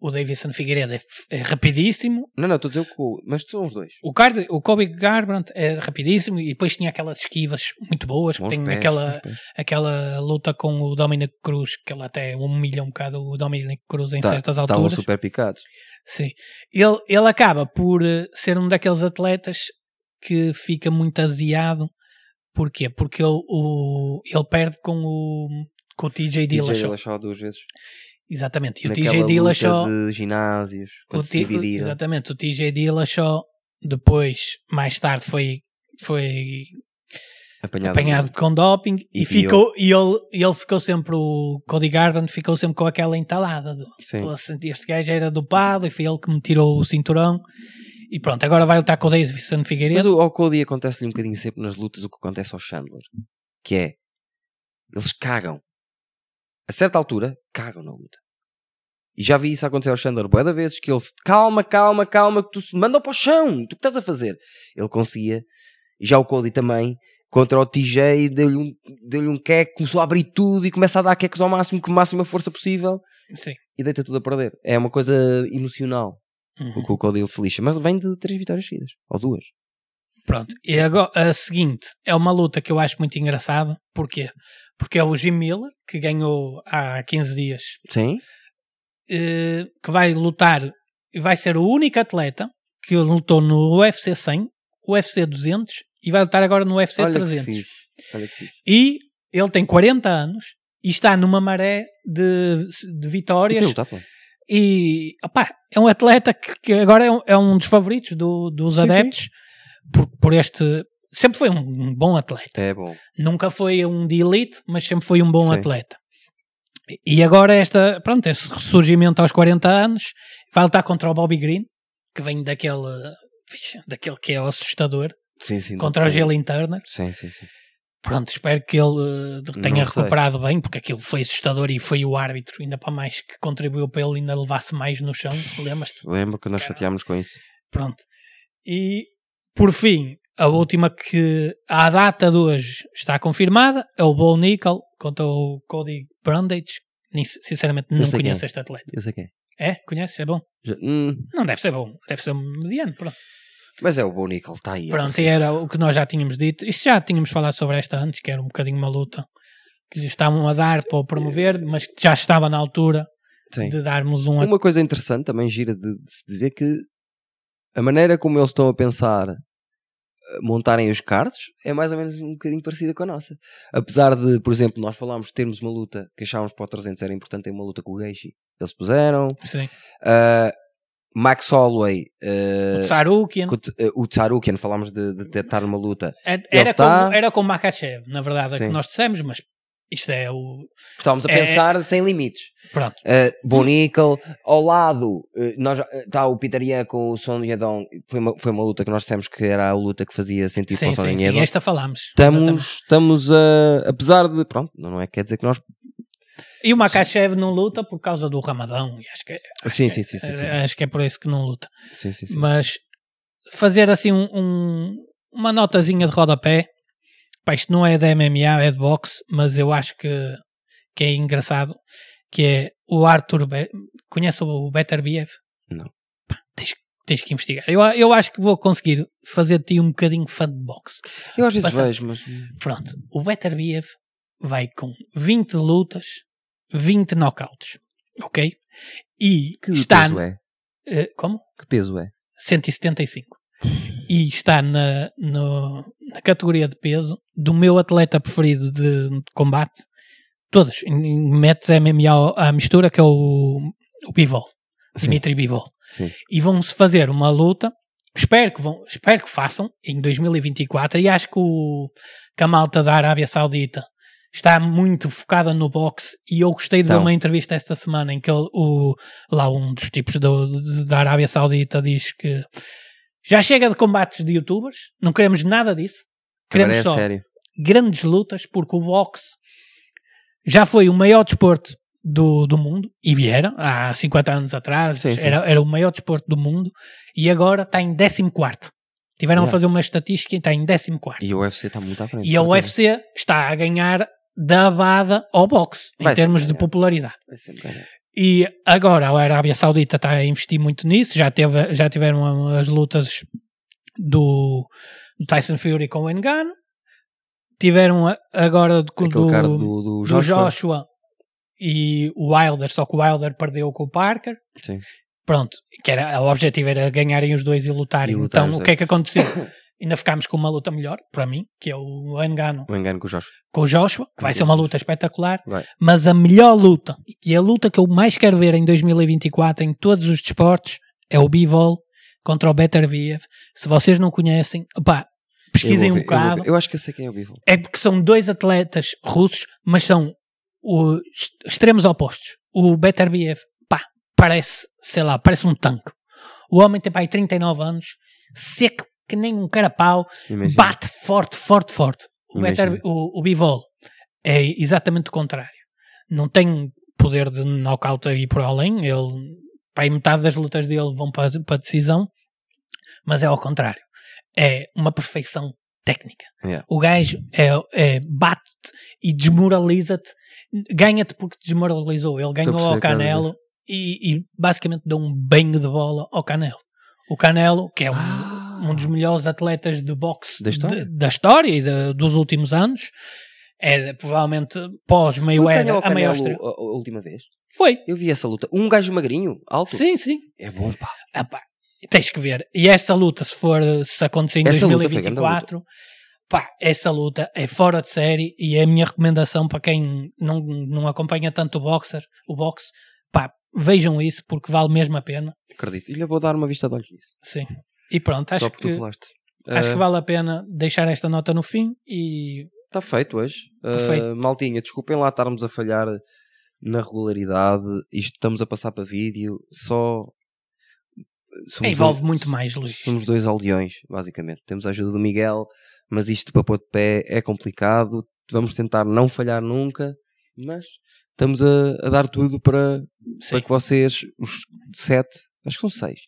o Davidson Figueiredo é, f- é rapidíssimo.
Não, não, estou a dizer que o. Mas são os dois.
O, Card, o Kobe Garbrandt é rapidíssimo e depois tinha aquelas esquivas muito boas. Que
Bons
tem
pés,
aquela,
bons pés.
aquela luta com o Dominic Cruz, que ele até humilha um bocado o Dominic Cruz em
Tá-
certas
estavam
alturas.
super picados.
Sim. Ele, ele acaba por eh, ser um daqueles atletas que fica muito aziado. Porquê? Porque ele, o, ele perde com o, com o TJ
DJ
Dillashaw.
Dillashaw duas vezes.
Exatamente. E o
Naquela
TJ
luta
Dillashaw...
de ginásios.
O tipo
Quando se
Ti-
dividiram.
exatamente, o TJ Dillashaw depois, mais tarde, foi, foi
Apanhado.
apanhado com doping e,
E
ficou, e ele, e ele ficou sempre, o Cody Garbrandt ficou sempre com aquela entalada do
Sim.
"Poxa, este gajo era dopado e foi ele que me tirou o cinturão e pronto, agora vai lutar com o Davison
Mas
Figueiredo.
o, ao Cody acontece-lhe um bocadinho sempre nas lutas o que acontece ao Chandler. Que é. Eles cagam. A certa altura, cagam na luta. E já vi isso acontecer ao Chandler boa vezes que ele se calma, calma, calma, que tu se manda para o chão, tu que estás a fazer? Ele conseguia. E já o Cody também, contra o TJ, deu-lhe um, deu um queque, começou a abrir tudo e começa a dar queques ao máximo, com a máxima força possível
Sim.
e deita tudo a perder. É uma coisa emocional
Uhum.
o que o Cody ele se lixa, mas vem de três vitórias seguidas, ou duas.
Pronto, e agora a seguinte é uma luta que eu acho muito engraçada. Porquê? Porque é o Jim Miller que ganhou há 15 dias
Sim.
eh, que vai lutar, vai ser o único atleta que lutou no UFC 100, UFC 200 e vai lutar agora no UFC
Olha que
300.
fixe. Olha que fixe.
E ele tem 40 anos e está numa maré de, de
E
vitórias.
tem lutado, pô.
E opá, é um atleta que, que agora é um, é um dos favoritos do- dos
Sim,
adeptos Por, por este. Sempre foi um, um bom atleta.
É bom.
Nunca foi um de elite, mas sempre foi um bom
Sim.
atleta. E agora esta, pronto, este ressurgimento aos 40 anos, vai lutar contra o Bobby Green, que vem daquele, vixe, daquele que é o assustador,
Sim, sim.
contra
não-
o Jalen Turner.
Sim, sim, sim.
Pronto, espero que ele eh, tenha
Não sei.
recuperado bem, porque aquilo foi assustador e foi o árbitro, ainda para mais, que contribuiu para ele ainda levasse mais no chão, lembras-te?
Lembro que nós chateámos com isso.
Pronto. E por fim, a última que à data de hoje está confirmada é o Bo Nickel contra o Cody Brandage. Nem- Sinceramente, não
sei quem
conheço
é.
este atleta.
Eu sei quem é.
É? Conheces? É bom?
Já- hum,
Não deve ser bom, deve ser um mediano. Pronto,
Mas é o bom Nickel, está aí.
pronto e era o que nós já tínhamos dito. Isto já tínhamos falado sobre esta antes, que era um bocadinho uma luta que lhe estavam a dar para o promover, mas que já estava na altura
Sim.
de darmos um.
Uma coisa interessante também gira de, de se dizer que a maneira como eles estão a pensar eh, montarem os cards é mais ou menos um bocadinho parecida com a nossa. Apesar de, por exemplo, nós falámos de termos uma luta que achávamos para o 300 era importante ter uma luta com o Geishi. Eles puseram.
Sim.
Ah, Max Holloway, ah,
O Tsarukian.
com o T- ah, o Tsarukian, falámos de, de tentar uma luta.
É- Era,
está-
com, era com o Makachev, na verdade, a que
Sim.
nós dissemos, mas isto é o.
Estávamos a
É- Hum.
pensar sem limites.
Pronto.
Uh, Bonical, ao lado eh, está tá o Peter Yan com o Son Yedon. Foi uma, foi uma luta que nós dissemos que era a luta que fazia sentido
sim,
para o Son
sim, sim.
Yedon.
Esta falámos. exatamente.
Estamos, estamos a. Apesar de. Pronto, não não é quer dizer que nós.
E o Makachev não luta por causa do Ramadão. e Acho que, é,
Sim, sim, sim, sim. sim,
acho que é por isso que não luta.
sim, sim, sim.
Mas fazer assim um- um- uma notazinha de rodapé. Pá, isto não é de MMA, é de boxe, mas eu acho que, que é engraçado. Que é o Arthur. Be Conhece o Better BF?
Não.
Pá, tens, que- tens que investigar. Eu, eu acho que vou conseguir fazer de ti um bocadinho fã de boxe.
Eu às vezes
Passa-
vejo, mas.
Pronto, o Beterbiev vai com 20 lutas, 20 knockouts, ok? E
Que
está
peso é?
eh, como?
Que peso é?
175. E está na, no- na categoria de peso do meu atleta preferido de, de combate, todas, em- em- metes MMA ao- à mistura, que é o, o Bivol,
Sim.
Dimitri Bivol.
Sim.
E vão-se fazer uma luta, espero que, vão, espero que façam, em 2024, e acho que, o, que a malta da Arábia Saudita está muito focada no boxe, e eu gostei de ver
Então.
uma entrevista esta semana em que ele- o, lá um dos tipos do- de- da Arábia Saudita diz que já chega de combates de youtubers, não queremos nada disso, queremos
Agora é
só
sério.
grandes lutas, porque o boxe já foi o maior desporto do, do mundo, e viera, há 50 anos atrás,
Sim, sim.
Era, era o maior desporto do mundo, e agora está em 14. Tiveram a
Yeah.
fazer uma estatística e está em 14.
E o UFC está muito à frente.
E é a
Portanto,
UFC está a ganhar da bada ao boxe, em
Vai ser
termos de
ganhar.
popularidade.
vai ser-
E agora a Arábia Saudita está a investir muito nisso. Já, teve, já tiveram as lutas do, do Tyson Fury com o Engano. Tiveram a- agora do,
Aquele
do,
cara do,
do
do
Joshua.
Joshua.
e o Wilder. Só que o Wilder perdeu com o Parker.
Sim.
Pronto, que era, o objetivo era ganharem os dois e lutarem.
E lutar,
então o que é que aconteceu? Ainda ficámos com uma luta melhor, para mim, que é o Engano
Não engano com o Joshua.
com o Joshua, que vai ser uma luta espetacular,
Vai.
mas a melhor luta e a luta que eu mais quero ver em 2024 em todos os desportos é o Bivol contra o Beterbiev. Se vocês não conhecem, opá, pesquisem
Eu
um
vou ver, eu vou
bocado.
ver. Eu acho que eu sei quem é o Bivol.
É porque são dois atletas russos, mas são os extremos opostos. O Beterbiev, pá, parece, sei lá, parece um tanque. O homem tem pá, aí 39 anos, seco que nem um carapau,
Imagina.
bate forte, forte, forte. O,
Imagina.
Better- o, o Bivol é exatamente o contrário. Não tem poder de knockout aí por além. Ele, pá, e metade das lutas dele vão para, para a decisão, mas é ao contrário. É uma perfeição técnica.
Yeah.
O gajo é, é, bate-te e desmoraliza-te. Ganha-te porque te desmoralizou. Ele ganhou
perceber
ao
o que estás a dizer.
Canelo e, e basicamente deu um banho de bola ao Canelo. O Canelo, que é um,
Ah,
um dos melhores atletas de boxe
Da história?
de- da história e de- dos últimos anos, é provavelmente
Não
pós-meio-era
ganhou o
a maior
Canelo
estrela.
a, a última vez.
Foi.
Eu vi essa luta. Um gajo magrinho, alto.
Sim, sim.
É bom, pá.
Ah pá, tens que ver. E esta luta, se for, se acontecer em
Essa luta foi grande
2024, pá, essa luta é fora de série e é a minha recomendação para quem não, não acompanha tanto o boxer, o boxe, pá, vejam isso porque vale mesmo a pena.
Acredito. E lhe vou dar uma vista de olhos nisso.
Sim. E pronto,
Só
acho
porque tu
que,
falaste.
acho
Ah,
que vale a pena deixar esta nota no fim e
Está feito hoje. Ah,
Perfeito.
maltinha, desculpem lá estarmos a falhar na regularidade. Isto estamos a passar para vídeo. Só. somos
envolve
dois-
muito mais, Luís.
Somos dois aldeões, basicamente. Temos a ajuda do Miguel, mas isto para pôr de pé é complicado. Vamos tentar não falhar nunca, mas estamos a, a dar tudo para,
Sim.
para que vocês, os sete, acho que são seis,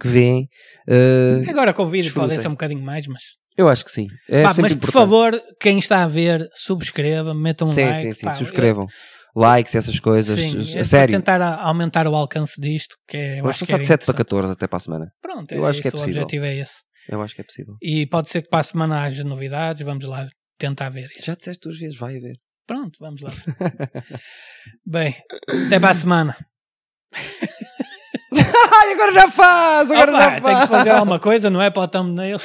que veem. eh,
Agora com o vídeo
Desfrutem.
podem ser um bocadinho mais, mas
eu acho que sim. É
Pá,
sempre
mas por
importante.
favor, quem está a ver, subscreva, metam um
sim,
like.
sim, sim,
pá, eu-
subscrevam. Likes, essas coisas.
Sim,
a
é para
sério.
tentar a- aumentar o alcance disto, que é- eu
Vamos
acho que
passar
era
de 7 para
interessante.
14 até para a semana.
Pronto,
Eu
é
acho que é
isso,
possível.
O objetivo é esse.
Eu acho que é possível.
E pode ser que para a semana haja novidades, vamos lá tentar ver isso.
Já disseste duas vezes, vai haver.
Pronto, vamos lá. Bem, até para a semana.
Ai, agora já faz! Agora
Opa,
já faz!
tem que se fazer alguma coisa, não é? Para o thumbnail.